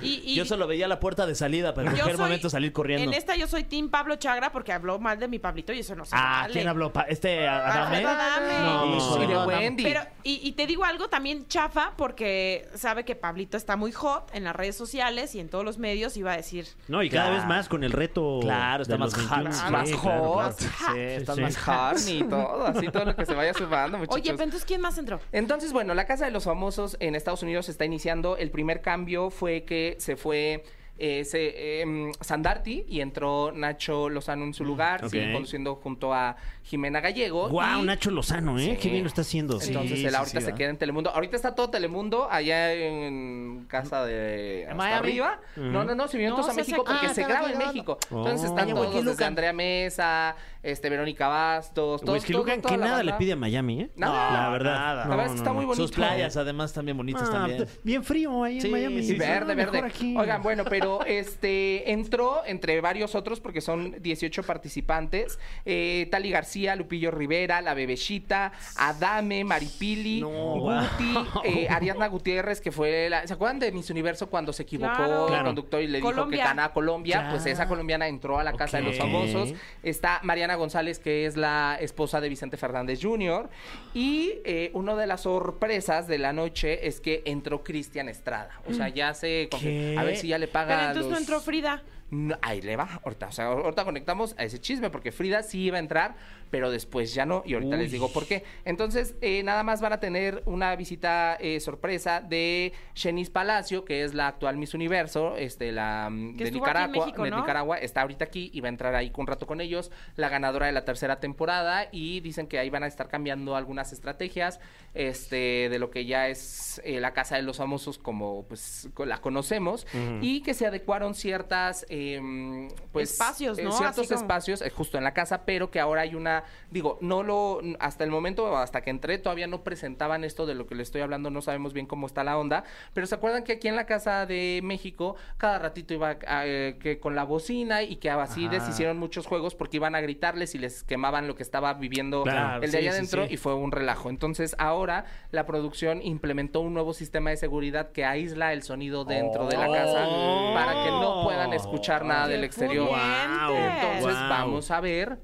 Speaker 2: Y- y-
Speaker 3: yo solo veía la puerta de salida, pero en
Speaker 2: Yo
Speaker 3: cualquier
Speaker 2: soy-
Speaker 3: momento salir corriendo.
Speaker 10: este
Speaker 2: En esta yo soy Team Pablo Chagra porque habló mal de mi Pablito y eso no se
Speaker 3: Ah,
Speaker 2: vale.
Speaker 3: ¿quién habló? Pa- ¿Este Adame?
Speaker 2: Alfredo Adame.
Speaker 3: No,
Speaker 10: Sí,
Speaker 3: joder,
Speaker 10: de
Speaker 3: no,
Speaker 10: Wendy.
Speaker 2: Pero, y, y te digo algo también chafa, porque sabe que Pablito está muy hot en las redes sociales y en todos los medios y va a decir.
Speaker 4: No, y cada
Speaker 3: Claro.
Speaker 4: vez más con el
Speaker 3: Oh,
Speaker 4: reto.
Speaker 3: Claro, está
Speaker 4: de los
Speaker 3: más hot.
Speaker 4: 21.
Speaker 10: Más
Speaker 4: Sí, claro,
Speaker 10: hot.
Speaker 4: claro.
Speaker 3: Sí, estás
Speaker 4: sí.
Speaker 3: más
Speaker 10: carne y todo, así todo lo que se vaya sumando, muchachos.
Speaker 2: Oye, pero entonces, ¿quién más entró?
Speaker 10: Entonces, bueno, la Casa de los Famosos en Estados Unidos está iniciando. El primer cambio fue que se fue eh, se, eh, mm, Sandarti y entró Nacho Lozano en su lugar,
Speaker 4: Mm, ok.
Speaker 10: sigue conduciendo junto a Jimena Gallego.
Speaker 4: Guau,
Speaker 10: y-
Speaker 4: Nacho Lozano, ¿eh?
Speaker 10: Sí.
Speaker 4: Qué bien lo está haciendo.
Speaker 10: Entonces
Speaker 3: Sí,
Speaker 10: él
Speaker 3: sí,
Speaker 10: ahorita
Speaker 3: sí,
Speaker 10: se
Speaker 3: va.
Speaker 10: queda en Telemundo. Ahorita está todo Telemundo allá en casa de hasta
Speaker 3: Miami.
Speaker 10: arriba. No, no, no, se vinieron
Speaker 2: No,
Speaker 10: todos a
Speaker 2: se hace
Speaker 10: México
Speaker 2: aquí.
Speaker 10: porque
Speaker 2: Ah,
Speaker 10: se
Speaker 2: están
Speaker 10: graba en
Speaker 2: grabando.
Speaker 10: México.
Speaker 4: Oh.
Speaker 10: Entonces están
Speaker 4: Ay,
Speaker 10: todos desde
Speaker 7: Huiquilucan.
Speaker 10: Andrea Mesa, este Verónica Bastos, todos,
Speaker 4: Whisky
Speaker 10: todo-
Speaker 4: Lucan,
Speaker 10: toda
Speaker 4: Pues que
Speaker 10: la
Speaker 4: nada le
Speaker 10: banda.
Speaker 4: pide a Miami, ¿eh?
Speaker 10: Nada.
Speaker 4: La verdad.
Speaker 3: Nada.
Speaker 10: La verdad es que está muy bonito.
Speaker 3: Sus playas, además, también bonitas
Speaker 4: Ah,
Speaker 3: también.
Speaker 4: Bien frío ahí
Speaker 3: Sí,
Speaker 4: en Miami.
Speaker 3: sí,
Speaker 10: Sí,
Speaker 4: Ah,
Speaker 10: verde,
Speaker 4: mejor
Speaker 10: verde.
Speaker 4: aquí.
Speaker 10: Oigan, bueno, pero este entró entre varios otros porque son 18 participantes. eh, Tali García, Lupillo Rivera, La Bebechita, Adame, Maripili, Guti, eh, Ariadna Gutiérrez, que fue la... ¿Se acuerdan de Miss Universo cuando se equivocó
Speaker 2: Claro.
Speaker 10: el
Speaker 2: Claro.
Speaker 10: conductor y le
Speaker 2: Colombia.
Speaker 10: dijo que ganaba Colombia?
Speaker 4: Ya.
Speaker 10: Pues esa colombiana entró a la Casa de los
Speaker 4: Ok.
Speaker 10: Famosos. Está Mariana González, que es la esposa de Vicente Fernández Jr. Y eh, una de las sorpresas de la noche es que entró Cristian Estrada. O sea, ya se... confi- A ver si ya le paga
Speaker 2: Pero entonces no
Speaker 10: los-
Speaker 2: entró Frida.
Speaker 10: No, ahí le va, ahorita. O sea, ahorita conectamos a ese chisme porque Frida sí iba a entrar, pero después ya no. Y ahorita les digo por qué. Entonces, eh, nada más van a tener una visita eh, sorpresa de Shenis Palacio, que es la actual Miss Universo, este, la mm,
Speaker 2: Que
Speaker 10: de
Speaker 2: estuvo aquí en
Speaker 10: Nicaragua.
Speaker 2: México,
Speaker 10: de
Speaker 2: ¿no?
Speaker 10: Nicaragua está ahorita aquí y va a entrar ahí un rato con ellos, la ganadora de la tercera temporada. Y dicen que ahí van a estar cambiando algunas estrategias este, de lo que ya es eh, la casa de los famosos, como pues co- la conocemos, y que se adecuaron ciertas. em, pues,
Speaker 2: Espacios,
Speaker 10: eh,
Speaker 2: ¿no?
Speaker 10: ciertos
Speaker 2: Así como-
Speaker 10: espacios eh, justo en la casa, pero que ahora hay una, digo, no lo, hasta el momento, o hasta que entré, todavía no presentaban esto de lo que le estoy hablando, no sabemos bien cómo está la onda, pero se acuerdan que aquí en la casa de México, cada ratito iba eh, que con la bocina y que así deshicieron muchos juegos porque iban a gritarles y les quemaban lo que estaba viviendo
Speaker 3: Claro,
Speaker 10: el
Speaker 3: sí,
Speaker 10: de allá
Speaker 3: sí,
Speaker 10: adentro
Speaker 3: sí.
Speaker 10: y fue un relajo. Entonces ahora la producción implementó un nuevo sistema de seguridad que aísla el sonido dentro de la
Speaker 3: Oh.
Speaker 10: casa para que no puedan escuchar
Speaker 3: Ah,
Speaker 10: nada del
Speaker 2: ¡Qué
Speaker 10: exterior.
Speaker 2: pudientes!
Speaker 10: Entonces
Speaker 6: Wow.
Speaker 10: vamos a ver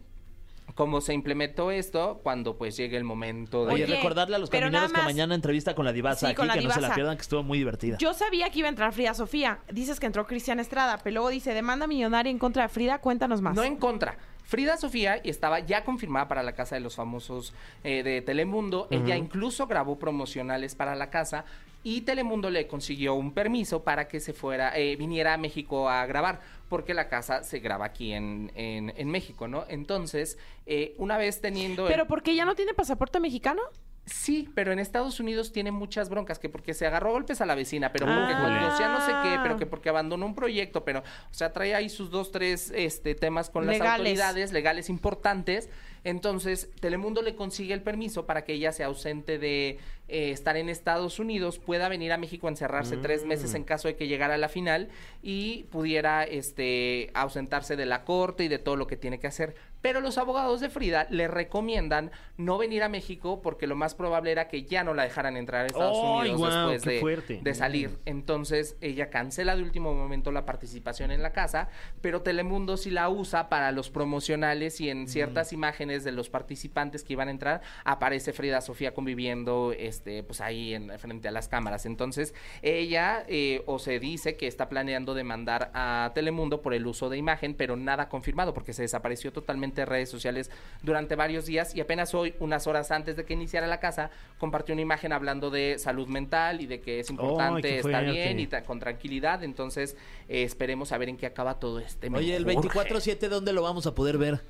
Speaker 10: cómo se implementó esto cuando pues llegue el momento de...
Speaker 3: Oye,
Speaker 2: Oye,
Speaker 3: recordarle a los
Speaker 2: pero nada
Speaker 3: camineros que
Speaker 2: más-
Speaker 3: mañana entrevista con la divasa
Speaker 2: Sí,
Speaker 3: aquí,
Speaker 2: con la
Speaker 3: que no se la
Speaker 2: divasa.
Speaker 3: pierdan, que estuvo muy divertida.
Speaker 2: Yo sabía que iba a entrar Frida Sofía. Dices que entró Cristian Estrada, pero luego dice demanda millonaria en contra de Frida. Cuéntanos más.
Speaker 10: No en contra. Frida Sofía y estaba ya confirmada para la Casa de los Famosos eh, de Telemundo. Ella incluso grabó promocionales para la casa y Telemundo le consiguió un permiso para que se fuera, eh, viniera a México a grabar, porque la casa se graba aquí en, en- en México, ¿no? Entonces, eh, una vez teniendo... el-
Speaker 2: pero porque ya no tiene pasaporte mexicano.
Speaker 10: Sí, pero en Estados Unidos tiene muchas broncas, que porque se agarró a golpes a la vecina, pero porque
Speaker 2: Ah.
Speaker 10: conducía no sé qué, pero que porque abandonó un proyecto, pero, o sea, trae ahí sus dos, tres este, temas con las
Speaker 2: Legales.
Speaker 10: autoridades legales importantes. Entonces, Telemundo le consigue el permiso para que ella se ausente de eh, estar en Estados Unidos, pueda venir a México a encerrarse tres
Speaker 4: Mm.
Speaker 10: meses en caso de que llegara a la final y pudiera este, ausentarse de la corte y de todo lo que tiene que hacer. Pero los abogados de Frida le recomiendan no venir a México porque lo más probable era que ya no la dejaran entrar a Estados
Speaker 4: ¡Ay,
Speaker 10: Unidos
Speaker 4: guau,
Speaker 10: después
Speaker 4: qué
Speaker 10: de,
Speaker 4: fuerte!
Speaker 10: de salir. Entonces ella cancela de último momento la participación en la casa, pero Telemundo sí la usa para los promocionales y en ciertas imágenes de los participantes que iban a entrar aparece Frida Sofía conviviendo este pues ahí en frente a las cámaras. Entonces ella eh, o se dice que está planeando demandar a Telemundo por el uso de imagen, pero nada confirmado porque se desapareció totalmente de redes sociales durante varios días y apenas hoy, unas horas antes de que iniciara la casa, compartió una imagen hablando de salud mental y de que es importante
Speaker 4: qué
Speaker 10: estar
Speaker 4: fuerte.
Speaker 10: bien y ta- con tranquilidad. Entonces eh, esperemos a ver en qué acaba todo este.
Speaker 3: Oye, el
Speaker 10: menjurje.
Speaker 3: 24-7, ¿dónde lo vamos a poder ver?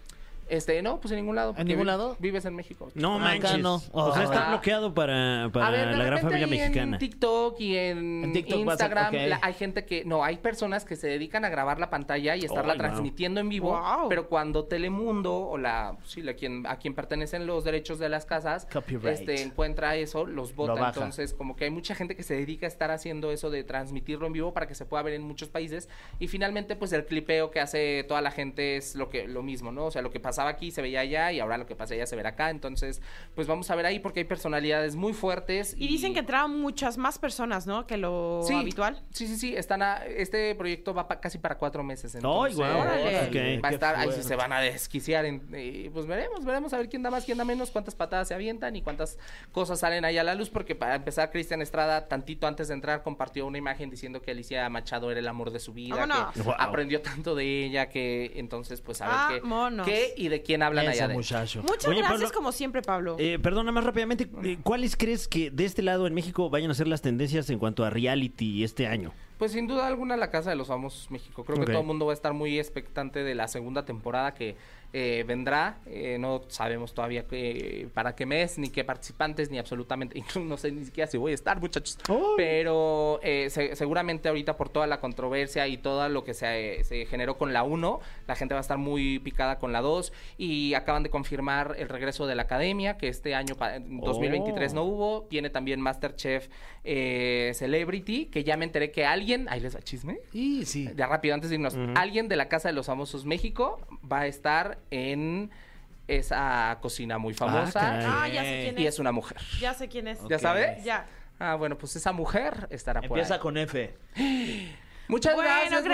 Speaker 10: Este, no, pues en ningún lado. porque
Speaker 3: ningún
Speaker 10: vi-
Speaker 3: lado?
Speaker 10: Vives en México.
Speaker 4: No
Speaker 3: Acá
Speaker 4: manches.
Speaker 3: no.
Speaker 4: O sea, está
Speaker 10: Ah.
Speaker 4: bloqueado para, para
Speaker 10: A ver, de
Speaker 4: la gran
Speaker 10: repente
Speaker 4: familia
Speaker 10: ahí
Speaker 4: mexicana.
Speaker 10: En TikTok y en,
Speaker 3: En TikTok,
Speaker 10: Instagram
Speaker 3: WhatsApp, ok.
Speaker 10: la- hay gente que no, hay personas que se dedican a grabar la pantalla y estarla
Speaker 4: Ay, wow.
Speaker 10: transmitiendo en vivo,
Speaker 2: Wow.
Speaker 10: pero cuando Telemundo o la sí, la quien a quien pertenecen los derechos de las casas
Speaker 3: Copyright.
Speaker 10: este encuentra eso, los vota,
Speaker 3: baja.
Speaker 10: entonces como que hay mucha gente que se dedica a estar haciendo eso de transmitirlo en vivo para que se pueda ver en muchos países y finalmente pues el clipeo que hace toda la gente es lo que lo mismo, ¿no? O sea, lo que pasaba aquí se veía allá y ahora lo que pasa allá se verá acá, entonces pues vamos a ver ahí porque hay personalidades muy fuertes
Speaker 2: Y dicen que entraron muchas más personas, ¿no? Que lo
Speaker 10: Sí.
Speaker 2: habitual.
Speaker 10: Sí, sí, sí. Están a- este proyecto va pa- casi para cuatro meses.
Speaker 3: ¡Ay,
Speaker 10: Entonces,
Speaker 3: guau!
Speaker 2: Órale.
Speaker 3: Ok,
Speaker 10: Va a
Speaker 3: qué
Speaker 10: estar, ahí sí
Speaker 3: fuerte.
Speaker 10: se van a desquiciar. en- y, pues veremos, veremos a ver quién da más, quién da menos, cuántas patadas se avientan y cuántas cosas salen ahí a la luz. Porque para empezar, Cristian Estrada, tantito antes de entrar, compartió una imagen diciendo que Alicia Machado era el amor de su vida.
Speaker 2: Vámonos.
Speaker 10: Que
Speaker 3: Guau.
Speaker 10: aprendió tanto de ella que entonces, pues a ver qué,
Speaker 2: Vámonos.
Speaker 10: qué y de quién hablan allá
Speaker 3: Eso,
Speaker 10: de.
Speaker 3: muchacho.
Speaker 2: Muchas
Speaker 4: Oye,
Speaker 2: gracias,
Speaker 4: Pablo.
Speaker 2: como siempre, Pablo.
Speaker 4: Eh, perdona, más rápidamente, eh, ¿cuáles crees que de este lado en México vayan a ser las tendencias en cuanto a reality este año?
Speaker 10: Pues sin duda alguna la Casa de los Famosos México. Creo
Speaker 4: Ok.
Speaker 10: que todo el mundo va a estar muy expectante de la segunda temporada que eh, vendrá. Eh, no sabemos todavía qué- para qué mes, ni qué participantes, ni absolutamente. Incluso no sé ni siquiera si voy a estar, muchachos. Pero eh, se- seguramente ahorita por toda la controversia y todo lo que se, se generó con la 1, la gente va a estar muy picada con la 2. Y acaban de confirmar el regreso de la Academia, que este año, pa- en
Speaker 3: Oh.
Speaker 10: 2023, no hubo. Viene también Masterchef eh, Celebrity, que ya me enteré que alguien, ahí les va chisme,
Speaker 3: Y sí.
Speaker 10: ya rápido antes de irnos, alguien de la Casa de los Famosos México va a estar en esa cocina muy famosa
Speaker 2: ah, ya sé quién
Speaker 10: y
Speaker 2: es.
Speaker 10: es una mujer.
Speaker 2: Ya sé quién es.
Speaker 10: ¿Ya sabes?
Speaker 2: Ya.
Speaker 10: Ah, bueno, pues esa mujer estará por
Speaker 3: Empieza
Speaker 10: ahí.
Speaker 3: con F.
Speaker 10: Muchas
Speaker 2: bueno,
Speaker 10: gracias,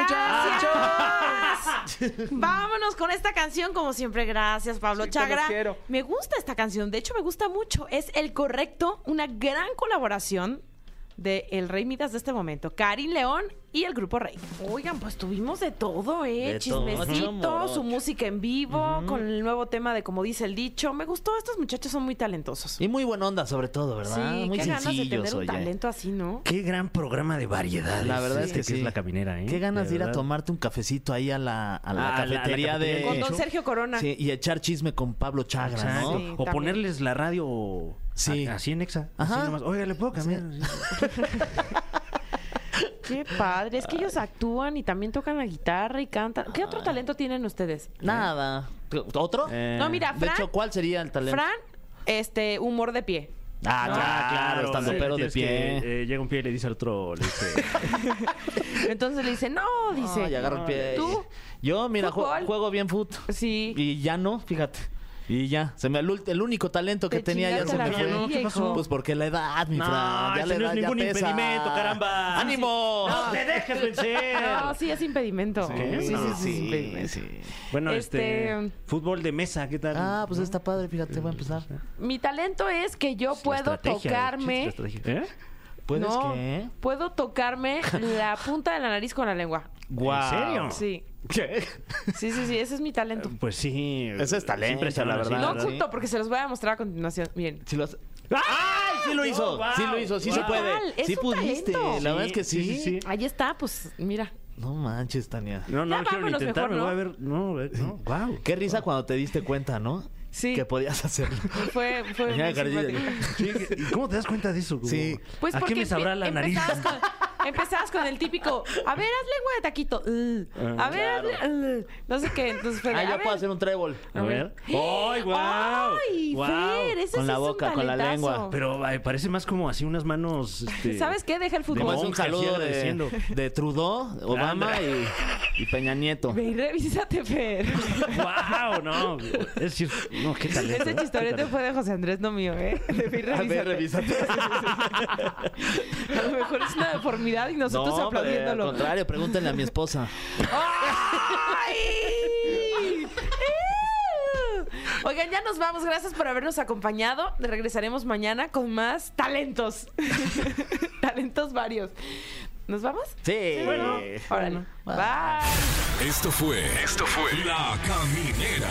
Speaker 2: gracias. Vámonos con esta canción, como siempre. Gracias, Pablo
Speaker 10: Sí, te los
Speaker 3: pues
Speaker 2: Chagra.
Speaker 10: quiero.
Speaker 2: Me gusta esta canción, de hecho, me gusta mucho. Es El Correcto, una gran colaboración de El Rey Midas de este momento, Karin León y el Grupo Rey. Oigan, pues tuvimos de todo, ¿eh?
Speaker 3: De todo,
Speaker 2: Chismecito,
Speaker 3: morocho.
Speaker 2: su música en vivo, con el nuevo tema de Como dice el dicho. Me gustó, estos muchachos son muy talentosos.
Speaker 3: Y muy buena onda, sobre todo, ¿verdad?
Speaker 2: sí,
Speaker 3: muy
Speaker 2: qué ganas de tener
Speaker 3: sencillos,
Speaker 2: un
Speaker 3: oye.
Speaker 2: talento así, ¿no?
Speaker 4: Qué gran programa de variedades.
Speaker 3: La verdad es
Speaker 4: este
Speaker 3: que sí.
Speaker 4: es la caminera, ¿eh?
Speaker 3: Qué ganas de ir a
Speaker 4: verdad.
Speaker 3: tomarte un cafecito ahí a la, a la
Speaker 4: A la- a la
Speaker 3: cafetería de...
Speaker 4: cafetería
Speaker 2: Con don Sergio Corona.
Speaker 3: Sí, y echar chisme con Pablo Chagra,
Speaker 4: Exacto.
Speaker 3: ¿no?
Speaker 2: Sí,
Speaker 4: o
Speaker 2: también.
Speaker 4: ponerles la radio
Speaker 3: Sí.
Speaker 4: a- así en Exa.
Speaker 3: Ajá.
Speaker 4: Así nomás. Oiga, ¿le puedo cambiar?
Speaker 2: Qué padre, es que ellos actúan y también tocan la guitarra y cantan. ¿Qué otro talento tienen ustedes?
Speaker 3: Nada. ¿Otro?
Speaker 4: Eh,
Speaker 2: No, mira,
Speaker 3: De
Speaker 2: Fran,
Speaker 3: hecho, ¿cuál sería el talento?
Speaker 2: Fran, este, humor de pie.
Speaker 3: Ah, claro, estando
Speaker 4: sí,
Speaker 3: pero de
Speaker 4: tienes
Speaker 3: pie.
Speaker 4: que, eh, llega un pie y le dice al otro, le dice...
Speaker 2: Entonces le dice, no, dice.
Speaker 3: Ay, agarro el pie.
Speaker 2: ¿Tú?
Speaker 3: Yo, mira, ju-
Speaker 2: Fútbol.
Speaker 3: juego bien fútbol.
Speaker 2: Sí.
Speaker 3: Y ya no, fíjate. Y ya, se me el, ult- el único talento que
Speaker 2: Te
Speaker 3: tenía ya se
Speaker 2: chingaste
Speaker 3: me
Speaker 2: la
Speaker 3: fue.
Speaker 2: rodilla, ¿Qué pasó? hijo.
Speaker 3: Pues porque la edad, mi
Speaker 4: No,
Speaker 3: Fran, ya
Speaker 4: ese
Speaker 3: la
Speaker 4: no es
Speaker 3: edad ya
Speaker 4: ningún
Speaker 3: pesa.
Speaker 4: impedimento, caramba.
Speaker 3: ¡Ánimo!
Speaker 4: ¡No te dejes vencer!
Speaker 2: No, Ah, sí, es impedimento.
Speaker 4: Sí,
Speaker 2: Sí, sí,
Speaker 4: no,
Speaker 2: sí, es
Speaker 3: sí,
Speaker 2: impedimento.
Speaker 3: sí.
Speaker 4: Bueno, este...
Speaker 2: Este-
Speaker 4: Fútbol de mesa, ¿qué tal?
Speaker 3: Ah, pues está padre, fíjate, voy a empezar.
Speaker 2: Mi talento es que yo
Speaker 4: La
Speaker 2: puedo
Speaker 4: estrategia, la
Speaker 2: tocarme.
Speaker 4: estrategia. ¿Eh?
Speaker 3: ¿Puedes
Speaker 2: no,
Speaker 3: qué?
Speaker 2: puedo tocarme la punta de la nariz con la lengua.
Speaker 4: ¿En serio?
Speaker 2: Sí,
Speaker 3: ¿Qué?
Speaker 2: sí, sí, sí, ese es mi talento.
Speaker 4: Pues sí.
Speaker 3: Ese es talento,
Speaker 4: impresionante,
Speaker 3: la verdad.
Speaker 2: No
Speaker 3: sí.
Speaker 2: oculto, porque se los voy a mostrar a continuación. Miren.
Speaker 3: Si lo hace- ¡Ay! Sí lo hizo,
Speaker 4: wow,
Speaker 3: sí lo hizo, sí
Speaker 4: wow.
Speaker 3: se puede.
Speaker 2: ¿Qué tal?
Speaker 3: Sí
Speaker 2: Es un
Speaker 3: pudiste,
Speaker 2: talento.
Speaker 3: la verdad es que sí.
Speaker 2: Ahí está, pues mira.
Speaker 3: No manches, Tania.
Speaker 4: No, no,
Speaker 2: Ya
Speaker 4: quiero ni
Speaker 2: vámonos
Speaker 4: intentar, me
Speaker 2: mejor,
Speaker 4: voy a ver. No, a ver, no. Wow.
Speaker 3: Qué risa cuando te diste cuenta, ¿no?
Speaker 2: Sí.
Speaker 3: Que podías hacerlo.
Speaker 2: Fue, fue
Speaker 3: Ya,
Speaker 2: muy
Speaker 3: Carlita,
Speaker 2: simpático.
Speaker 4: ¿Cómo te das cuenta de eso?
Speaker 3: Sí.
Speaker 2: Pues
Speaker 4: ¿A qué
Speaker 2: porque
Speaker 4: me sabrá
Speaker 2: empe-
Speaker 4: la nariz?
Speaker 2: empezabas con, empezabas con el típico, a ver, haz lengua de taquito. uh, a ver, hazle- uh, no sé qué. Entonces fue de,
Speaker 3: Ah,
Speaker 2: a
Speaker 3: yo
Speaker 2: ver.
Speaker 3: puedo hacer un trébol.
Speaker 4: A ver. ¡Ay, wow!
Speaker 2: ¡Ay,
Speaker 4: Wow.
Speaker 2: Fer, ese
Speaker 3: Con
Speaker 2: sí
Speaker 3: la
Speaker 2: es un
Speaker 3: boca, con la
Speaker 2: talentazo.
Speaker 3: lengua.
Speaker 4: Pero ay, parece más como así unas manos. este,
Speaker 2: ¿Sabes qué? Deja el
Speaker 3: Como es
Speaker 2: fútbol.
Speaker 4: Monja,
Speaker 3: un saludo
Speaker 4: ciega
Speaker 3: de,
Speaker 4: diciendo.
Speaker 3: de Trudeau, Obama y, y Peña Nieto.
Speaker 2: Ve y revísate, Fer.
Speaker 4: ¡Wow! No. Es decir, no, qué talento.
Speaker 2: Ese
Speaker 4: ¿eh? Qué
Speaker 2: chistorete
Speaker 4: talento.
Speaker 2: fue de José Andrés, no mío, ¿eh? De ve y revísate.
Speaker 3: A ver, revísate.
Speaker 2: A lo mejor es una deformidad y
Speaker 3: No,
Speaker 2: nosotros
Speaker 3: hombre, al
Speaker 2: aplaudiéndolo.
Speaker 3: contrario, pregúntenle a mi esposa.
Speaker 2: ¡Ay! Oigan, ya nos vamos. Gracias por habernos acompañado. Regresaremos mañana con más talentos. talentos varios. ¿Nos vamos?
Speaker 3: Sí.
Speaker 2: Bueno, órale. Bye.
Speaker 1: Esto fue. Esto fue. La Caminera.